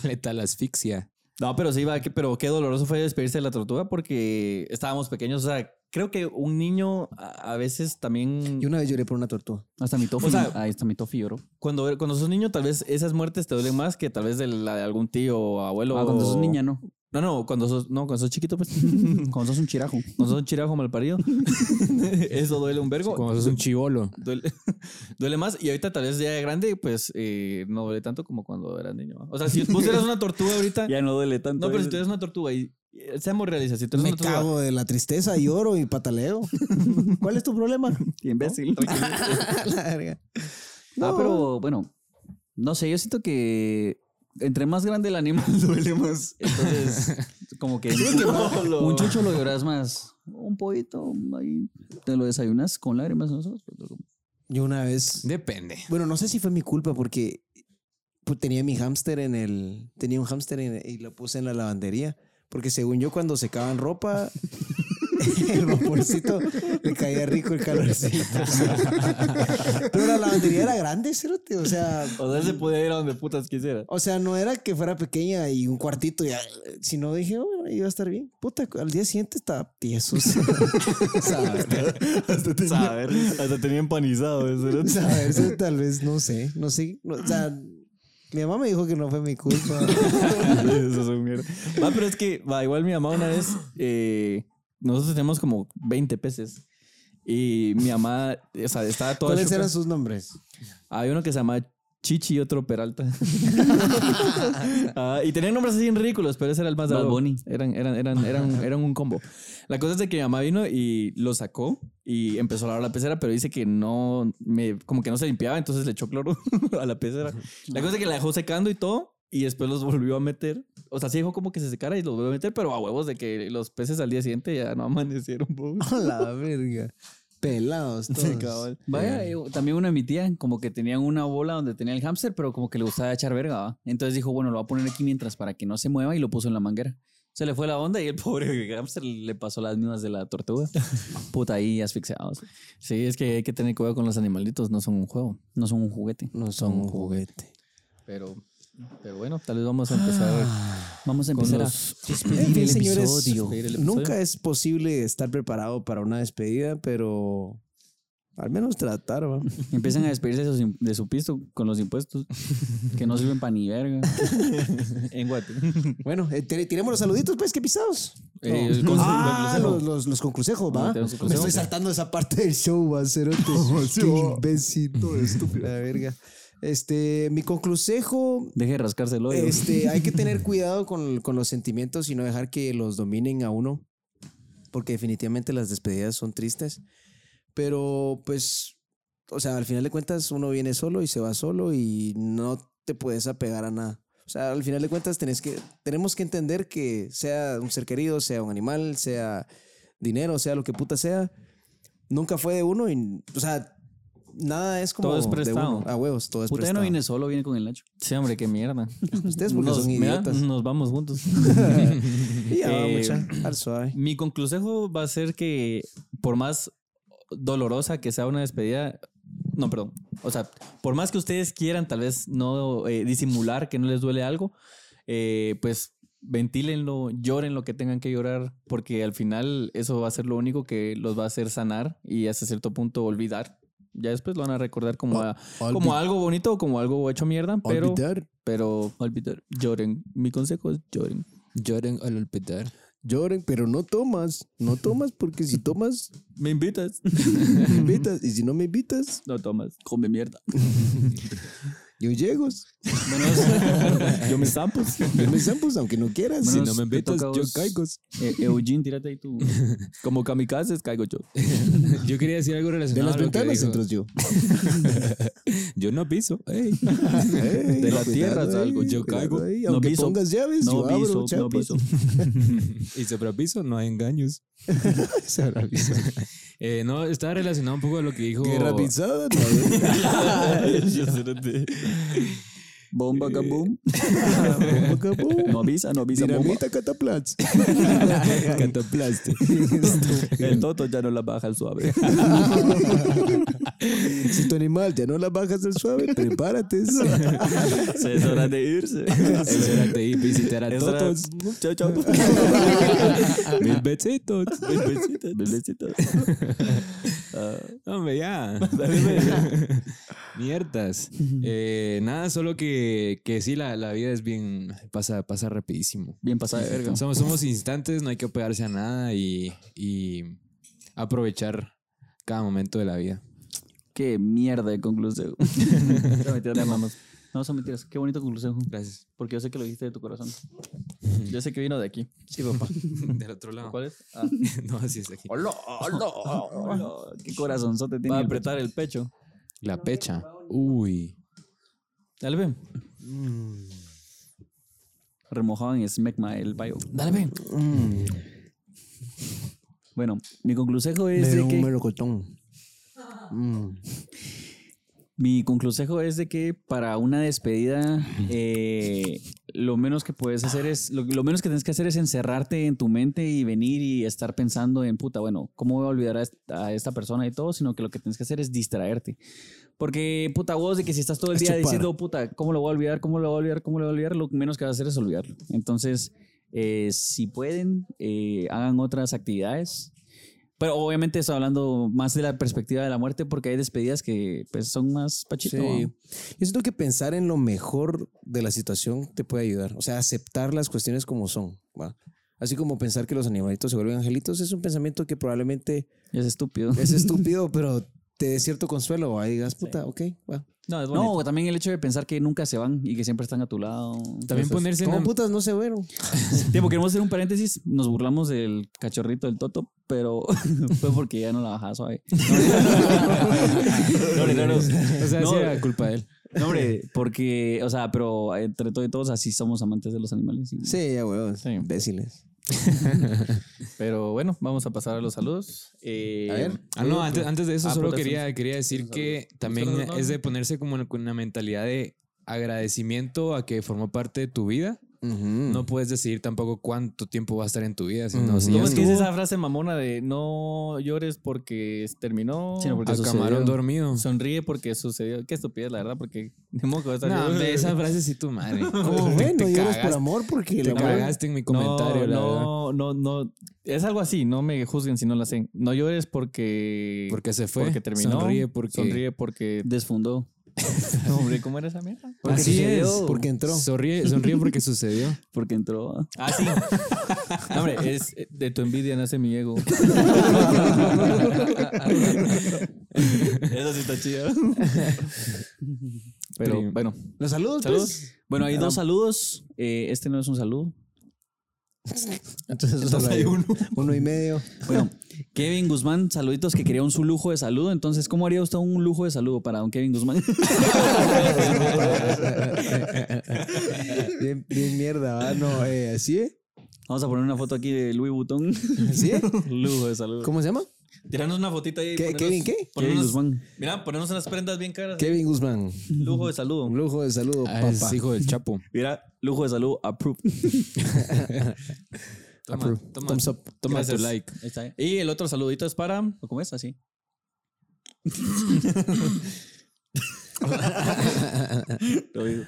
E: Letal asfixia.
D: No, pero sí, va, que- pero qué doloroso fue despedirse de la tortuga porque estábamos pequeños. O sea, creo que un niño a, a veces también.
B: Yo una vez lloré por una tortuga.
C: Hasta mi tofi.
D: O sea-
C: ahí está mi tofi lloró.
D: Cuando, cuando sos niño, tal vez esas muertes te duelen más que tal vez de la de algún tío o abuelo.
C: Ah, cuando sos
D: o-
C: niña, no.
D: No, no, cuando sos, no, cuando sos chiquito, pues.
C: Cuando sos un chirajo.
D: cuando sos un chirajo malparido. Eso duele un vergo.
E: Cuando sos un chivolo.
D: Duele, duele más. Y ahorita, tal vez ya de grande, pues eh, no duele tanto como cuando eras niño. ¿va? O sea, si vos eras una tortuga ahorita.
C: no duele tanto.
D: no, pero si tú eres una tortuga y. y Seamos realistas, si tú eres
B: Me
D: una tortuga.
B: cago de la tristeza, lloro y pataleo. ¿Cuál es tu problema?
C: imbécil.
B: A la verga.
C: Ah,
B: No.
C: pero bueno. No sé, yo siento que entre más grande el animal duele más. Entonces, como que un chucho lo lloras más. Un poquito, ahí te lo desayunas con lágrimas. ¿no?
B: Yo una vez
E: Depende.
B: Bueno, no sé si fue mi culpa porque pues, tenía mi hámster en el. Tenía un hámster en- y lo puse en la lavandería. Porque según yo, cuando secaban ropa, el vaporcito le caía rico el calorcito. Pero la lavandería era grande, cerote. O sea,
D: O sea, se podía ir a donde putas quisiera.
B: o sea, no era que fuera pequeña y un cuartito. Ya, si no dije, oh, bueno, iba a estar bien. Puta, al día siguiente estaba tieso. o sea,
D: Hasta tenía, hasta tenía empanizado.
B: O sea, eso tal vez, no sé, no sé. no, o sea, Mi mamá me dijo que no fue mi culpa.
D: Eso es un mierda. Va, pero es que, va, igual mi mamá una vez, eh, nosotros tenemos como 20 peces. Y mi mamá, o sea, estaba toda
B: ¿Cuáles
D: chuca.
B: eran sus nombres?
D: Había uno que se llamaba Chichi y otro Peralta. Ah, y tenían nombres así bien ridículos, pero ese era el más
C: Bad
D: dado.
C: Bunny.
D: Eran, eran, eran, eran, eran un combo. La cosa es de que mi mamá vino y lo sacó y empezó a lavar la pecera, pero dice que no, me, como que no se limpiaba, entonces le echó cloro a la pecera. La cosa es que la dejó secando y todo. Y después los volvió a meter. O sea, sí dejó como que se secara y los volvió a meter, pero a huevos de que los peces al día siguiente ya no amanecieron. po.
B: A la verga. Pelados
D: Sí,
B: todos.
D: cabal.
C: Vaya, eh, también una de mi tía, como que tenían una bola donde tenía el hámster, pero como que le gustaba echar verga, ¿va? Entonces dijo, bueno, lo voy a poner aquí mientras para que no se mueva y lo puso en la manguera. Se le fue la onda y el pobre hámster le pasó las mismas de la tortuga. Puta, ahí asfixiados.
D: Sí, es que hay que tener cuidado con los animalitos, no son un juego.
C: No son un juguete.
B: No son un juguete.
D: Pero, pero bueno, tal vez vamos a
B: Ah.
D: empezar
C: Vamos a
D: con
C: empezar a...
D: los-
B: En
C: Despedir
B: fin, señores,
D: Despedir el episodio.
B: nunca es posible estar preparado para una despedida, pero al menos tratar, ¿va?
C: Empiezan a despedirse de, sus im- de su pisto con los impuestos, que no sirven para ni verga.
D: en Guate.
B: Bueno, eh, tire- tiremos los saluditos, pues, qué pisados.
D: Eh,
B: No.
D: el conse-
B: ah,
D: el consejo. Ah,
B: los, los, los conclusejos, ¿va?
D: tenemos conclusejo.
B: Me estoy saltando esa parte del show, va, cerote. Qué imbécil, todo estúpido. La verga. Este, mi conclusejo,
C: Deje de rascarse el hoyo.
B: este, hay que tener cuidado con, con los sentimientos y no dejar que los dominen a uno, porque definitivamente las despedidas son tristes. Pero, pues, o sea, al final de cuentas uno viene solo y se va solo y no te puedes apegar a nada. O sea, al final de cuentas tenés que, tenemos que entender que sea un ser querido, sea un animal, sea dinero, sea lo que puta sea, nunca fue de uno y, o sea, nada es como
D: Todo es
B: de
D: prestado.
B: uno. A huevos, todo es
C: Puta, ya
B: prestado.
C: no viene solo, viene con el Nacho.
D: Sí, hombre, qué mierda.
B: Ustedes porque
D: nos,
B: son
D: mira,
B: idiotas.
D: nos vamos juntos.
B: Y ya,
D: Eh,
B: mucha, al suave.
D: Mi conclusejo va a ser que por más dolorosa que sea una despedida, no, perdón, o sea, por más que ustedes quieran tal vez no eh, disimular que no les duele algo, eh, pues ventílenlo, lloren lo que tengan que llorar, porque al final eso va a ser lo único que los va a hacer sanar y hasta cierto punto olvidar. Ya después lo van a recordar como, a- como algo bonito o como algo hecho mierda, pero, pero lloren. Mi consejo es lloren.
E: Lloren al olvidar.
B: Lloren, pero no tomas. No tomas porque si tomas,
D: Me invitas,
B: me invitas. Y si no me invitas,
D: no tomas, come mierda.
B: yo llego.
D: Yo me zampos.
B: Yo me zampos aunque no quieras.
C: Bueno,
E: Si no me
C: te
E: invitas,
C: toca a
E: yo
C: vos.
E: caigo.
C: Eh, Eugene, tírate ahí tú.
D: Como kamikazes caigo yo.
E: Yo quería decir algo
B: de
E: relacionado
B: las
E: a lo que
B: ventanas
E: dijo.
B: entro yo.
E: Yo no piso. ey.
B: de
E: pues,
D: la tierra salgo, yo caigo. No
B: aunque
D: piso,
B: pongas llaves,
D: No
B: yo abro.
D: piso, no
B: chapas.
D: piso.
E: Y sobre piso no hay engaños. Eh, no, estaba relacionado un poco a lo que dijo.
B: Guerra pisada. no,
C: Bomba, boom.
B: Bomba, cabum.
C: No avisa, no avisa. bomba.
B: Dinamita cataplats.
E: Cataplaste.
D: El toto ya no la baja el suave.
B: Si tu animal ya no la bajas del suave, prepárate.
D: Se es hora de irse.
E: Eso era de ir visitar a
D: Es hora-
E: todos. Ah.
D: Chao, chao.
E: Mil besitos.
D: Besitos. Besitos.
E: Hombre, ya. Mierdas. Eh, nada, solo que, que sí, la, la vida es bien. pasa, pasa rapidísimo.
C: Bien pasada de verga.
E: Somos, somos instantes, no hay que pegarse a nada y, y aprovechar cada momento de la vida.
C: Qué mierda de conclusión. No son mentiras. Qué bonito conclusión.
E: Gracias.
C: Porque yo sé que lo dijiste de tu corazón.
D: Yo sé que vino de aquí. Sí, papá.
E: Del otro lado.
D: ¿Cuál es? Ah.
E: No, así es aquí.
D: Hola, hola.
C: Oh, qué corazonzote tiene.
D: Va a
C: el-
D: apretar el pecho.
E: La pecha. Uy.
D: Dale, ven.
C: Remojado en smegma el bayo.
D: Dale, ven.
B: Mm.
C: Bueno, mi conclusejo es
B: Pero
C: de
B: un
C: que...
B: melocotón. Mm,
C: Mi conclusejo es de que para una despedida eh, lo menos que puedes hacer es lo, lo menos que tienes que hacer es encerrarte en tu mente y venir y estar pensando en puta, bueno, ¿cómo voy a olvidar a esta, a esta persona y todo? Sino que lo que tienes que hacer es distraerte. Porque puta vos de que si estás todo el
B: Es
C: día
B: chupar.
C: diciendo puta, ¿cómo lo voy a olvidar? ¿Cómo lo voy a olvidar? ¿Cómo lo voy a olvidar? Lo menos que vas a hacer es olvidarlo. Entonces, eh, si pueden, eh, hagan otras actividades Pero obviamente estoy hablando más de la perspectiva de la muerte porque hay despedidas que pues, son más pachito.
B: Sí.
C: ¿va?
B: Yo siento que pensar en lo mejor de la situación te puede ayudar. O sea, aceptar las cuestiones como son. ¿va? Así como pensar que los animalitos se vuelven angelitos es un pensamiento que probablemente
C: Es estúpido.
B: es estúpido, pero te dé cierto consuelo. ¿va? Y digas, puta, ok, va.
D: No, es bonito.
C: No, o también el hecho de pensar que nunca se van y que siempre están a tu lado.
E: También
C: Entonces,
E: ponerse en
B: Como
E: am-
B: putas no se fueron.
C: Tiempo, queremos hacer un paréntesis. Nos burlamos del cachorrito del Toto, pero fue porque ya no la bajaba suave. No, no, no, no.
E: O sea,
C: No,
E: sí era culpa de él.
C: no, hombre, porque, o sea, pero entre todo y todos así somos amantes de los animales. y-
B: Sí, ya, weón.
D: Sí.
B: Imbéciles.
D: Pero bueno, vamos a pasar a los saludos. Eh,
B: A ver.
E: Ah, no, antes, antes de eso,
D: Ah,
E: solo
D: puta,
E: quería, quería decir que también
D: Saludos, ¿no?
E: es de ponerse como en- con una mentalidad de agradecimiento a que formó parte de tu vida.
B: Mm.
E: No puedes decidir tampoco cuánto tiempo va a estar en tu vida, sino
B: Ujú.
E: si
D: ¿Cómo
E: ya
D: es que dice
E: estuvo
D: esa frase mamona de no llores porque terminó?
C: Sino porque
E: a camarón dormido.
D: Sonríe porque sucedió. Qué estupidez, la verdad, porque ni modo que vas a
E: No,
D: llorar.
E: hombre, esa frase sí tu madre.
B: Como
E: Te-
B: ven, no
E: te
B: llores por
E: cagaste,
B: amor porque
E: te
B: la verdad-
E: cagaste en mi comentario, la verdad.
D: no, no, no. Es algo así, no me juzguen si no la hacen. No llores porque.
E: Porque se fue.
D: porque terminó.
E: Sonríe porque.
D: Sonríe porque.
C: Desfundó.
D: No, hombre, ¿cómo era esa mierda?
B: porque
E: Así
B: sucedió,
E: es.
B: porque entró.
E: Sonríe, sonríe porque sucedió.
C: Porque entró. ah.
D: Ah, sí. No, hombre, es eh, de tu envidia nace mi ego.
C: Eso sí está chido.
D: Pero
E: Prim-
D: bueno,
B: Los saludos,
D: Saludos.
B: pues.
C: Bueno, hay dos saludos. Eh, este no es un saludo.
B: Entonces, solo hay uno. Uno y medio.
C: Bueno, Kevin Guzmán, saluditos que quería un su lujo de saludo. Entonces, ¿cómo haría usted un lujo de saludo para don Kevin Guzmán?
B: Bien, bien mierda, ¿va? No, eh, ¿así? eh?
C: Vamos a poner una foto aquí de Louis Vuitton.
B: ¿Así? eh?
C: lujo de saludo.
B: ¿Cómo se llama?
D: tiranos una fotita ahí.
B: ¿Qué-
D: ponernos-
B: Kevin qué?
C: Kevin
D: ponernos-
C: Guzmán.
D: Mira, ponernos unas prendas bien caras.
B: Kevin Guzmán.
D: Lujo de saludo.
B: Un lujo de saludo,
E: Ah,
B: papá.
E: es hijo del Chapo.
C: Mira, lujo de salud, approve.
E: Toma, toma,
B: Thumbs up.
E: toma
D: Gracias.
E: tu like.
C: Ahí está. ¿eh?
D: Y el otro saludito es para.
C: ¿O cómo es? Así. Lo digo.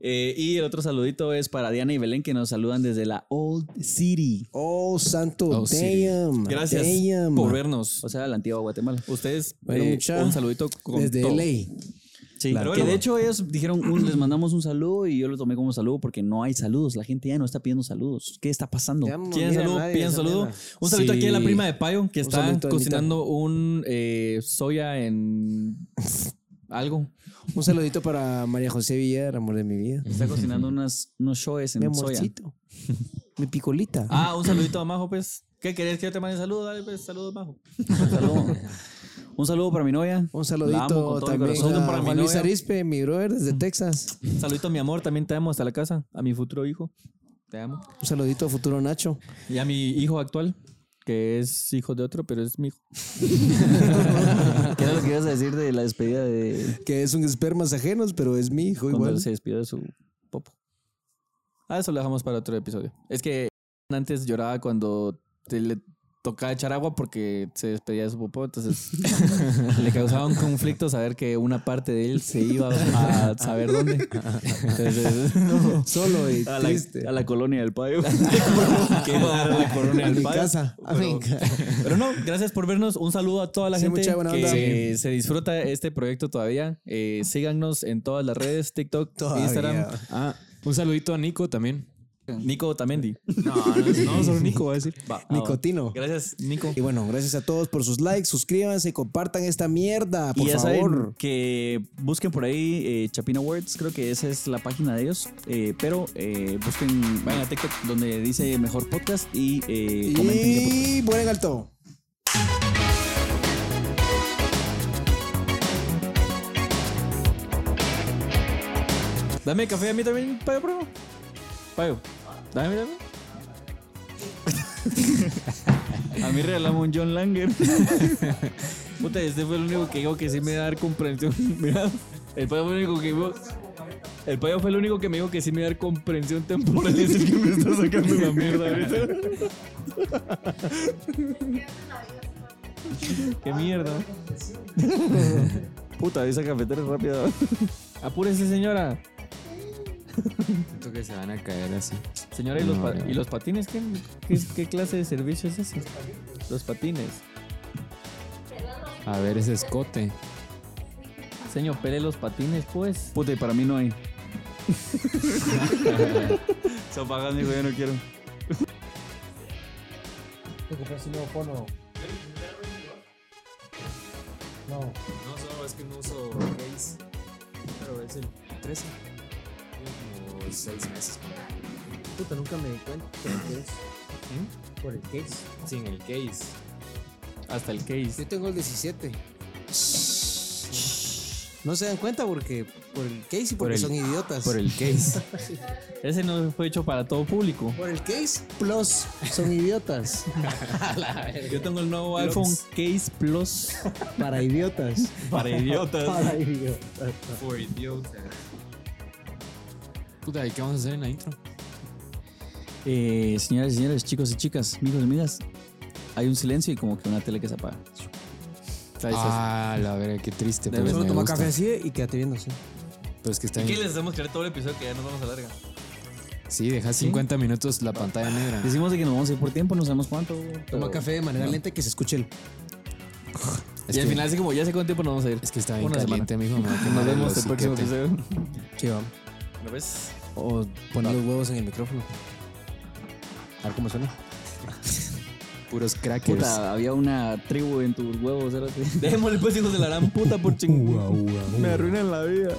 C: Eh, y el otro saludito es para Diana y Belén que nos saludan desde la Old City,
B: Oh, santo.
E: Oh, sí.
B: damn.
D: Gracias
B: damn.
D: por vernos.
C: o sea, la antigua Guatemala.
D: Ustedes,
B: Bueno,
D: eh,
B: mucha-
D: un saludito con
B: Desde
D: todo.
B: LA.
C: Sí,
D: La
C: que
D: antigua.
C: de hecho ellos dijeron, "Un- les mandamos un saludo y yo lo tomé como saludo porque no hay saludos, la gente ya no está pidiendo saludos. ¿Qué está pasando?
D: ¿Quién saludo? ¿Quién saludo? Un saludito
E: Sí.
D: aquí a la prima de Payo que está
B: saludito,
D: cocinando un eh, soya en algo.
B: Un saludito para María José Villar, amor de mi vida.
C: Está cocinando unas, unos shows
B: Mi
C: en soya.
B: amorcito. Mi picolita.
D: Ah, un saludito a Majo, pues. ¿Qué querés que yo te mande saludos? Dale, pues, saludos, Majo.
C: Un saludo. Un saludo para mi novia. La
B: Un
C: amo con
B: saludito
C: todo mi
B: también
C: corazón.
B: a
D: para mi
B: Juan Luis
D: novia.
B: Arispe, mi brother desde Texas.
D: Saludito a mi amor, también te amo hasta la casa. A mi futuro hijo, te amo.
B: Un saludito a futuro Nacho.
D: Y a mi hijo actual, que es hijo de otro, pero es mi hijo.
C: ¿Qué era lo que ibas a decir de la despedida de
B: Que es un espermas ajenos, pero es mi hijo
C: cuando
B: igual.
C: él se despidió de su popo?
D: Ah, eso lo dejamos para otro episodio. Es que antes lloraba cuando te le tocaba echar agua porque se despedía de su popó, entonces le causaba un conflicto saber que una parte de él se iba a saber dónde. Entonces,
B: Solo y
C: A la,
B: triste.
C: a la colonia del payo.
D: que iba a dar la corona
B: A
D: al
B: mi
D: padre.
B: casa. A mi
D: Pero-
B: ca-
D: Pero no, gracias por vernos. Un saludo a toda la
B: Sí,
D: gente
B: mucha buena onda.
D: que se disfruta este proyecto todavía. Eh, síganos en todas las redes, TikTok,
B: Todavía.
D: Instagram.
E: Ah, un saludito a Nico también.
D: Nico Tamendi.
E: No, solo Nico va a decir.
B: Nicotino.
D: Gracias, Nico.
B: Y bueno, gracias a todos por sus likes, suscríbanse, compartan esta mierda, por
C: y ya saben
B: favor.
C: que busquen por ahí eh, Chapina Awards, creo que esa es la página de ellos. eh, pero eh, busquen, vayan a TikTok donde dice mejor podcast y eh, comenten. qué podcast.
B: Y ponen alto.
D: Dame café a mí también, Payo, por favor. Payo, dame, dame. A mí regalamos un John Langer. Puta, este fue el único que dijo que sí me iba a dar comprensión. Mira, el payo fue el único que dijo. El payo fue el único que me dijo que sí me iba a dar comprensión temporal. Es el que me está sacando la mierda ahorita. Qué mierda.
C: Puta, esa cafetera es rápida.
D: Apúrese, señora.
E: Siento que se van a caer así.
D: Señora, ¿y los,
E: No,
D: pa-
E: no.
D: ¿y los patines? ¿Qué, qué, qué clase de servicio es ese? Los patines.
E: A ver ese escote.
D: Señor, pele los patines, pues.
C: Puta, y para mí no hay. Se apagan, dijo, yo no quiero.
B: Te compras un nuevo fono. No.
E: No, solo es que no uso Gaze. Pero es el 13. Tiene como 6 meses.
B: Puta, nunca me di cuenta por el case. Por el case.
E: Sin el case.
D: Hasta el case.
B: Yo tengo el 17. No se dan cuenta porque por el case y porque
E: el-
B: son idiotas.
E: Por el case.
D: Ese no fue hecho para todo público.
B: Por el case plus son idiotas.
D: Yo tengo el nuevo iPhone Case Plus
B: Para idiotas.
D: para idiotas.
B: Para idiotas.
E: For idiota. Puta, ¿y qué vamos a hacer en la intro?
C: Eh, señores y señores, chicos y chicas, amigos y amigas, hay un silencio y como que una tele que se apaga. Está eso.
E: Ah, la verdad, qué triste.
C: Debes
E: pues,
B: Solo
E: me
B: toma
E: gusta.
B: café así y quédate viendo así.
E: Pero es que está
D: ¿Qué
E: bien.
D: les hacemos creer todo el episodio que ya nos vamos a larga?
E: Sí, deja 50 minutos la pantalla negra.
C: Decimos de que nos vamos a ir por tiempo, no sabemos cuánto. güey,
B: Toma
E: Oh.
C: pero-
B: café de manera lenta que se escuche el.
E: Es
D: y al
E: que-
D: final, así como ya sé cuánto tiempo nos vamos a ir.
E: Es que está bien
D: Una semana.
E: caliente, mijo. me va a
D: Nos
E: quemar
D: vemos el
E: hociquete.
D: próximo episodio.
B: Chiva.
D: ¿Lo ves?
B: O poner los huevos en el micrófono. A ver cómo suena.
E: Puros crackers.
C: Puta, había una tribu en tus huevos. cerote.
D: Dejémosle pues, hijos de la gran puta, por chingón.
C: Me arruinan la vida.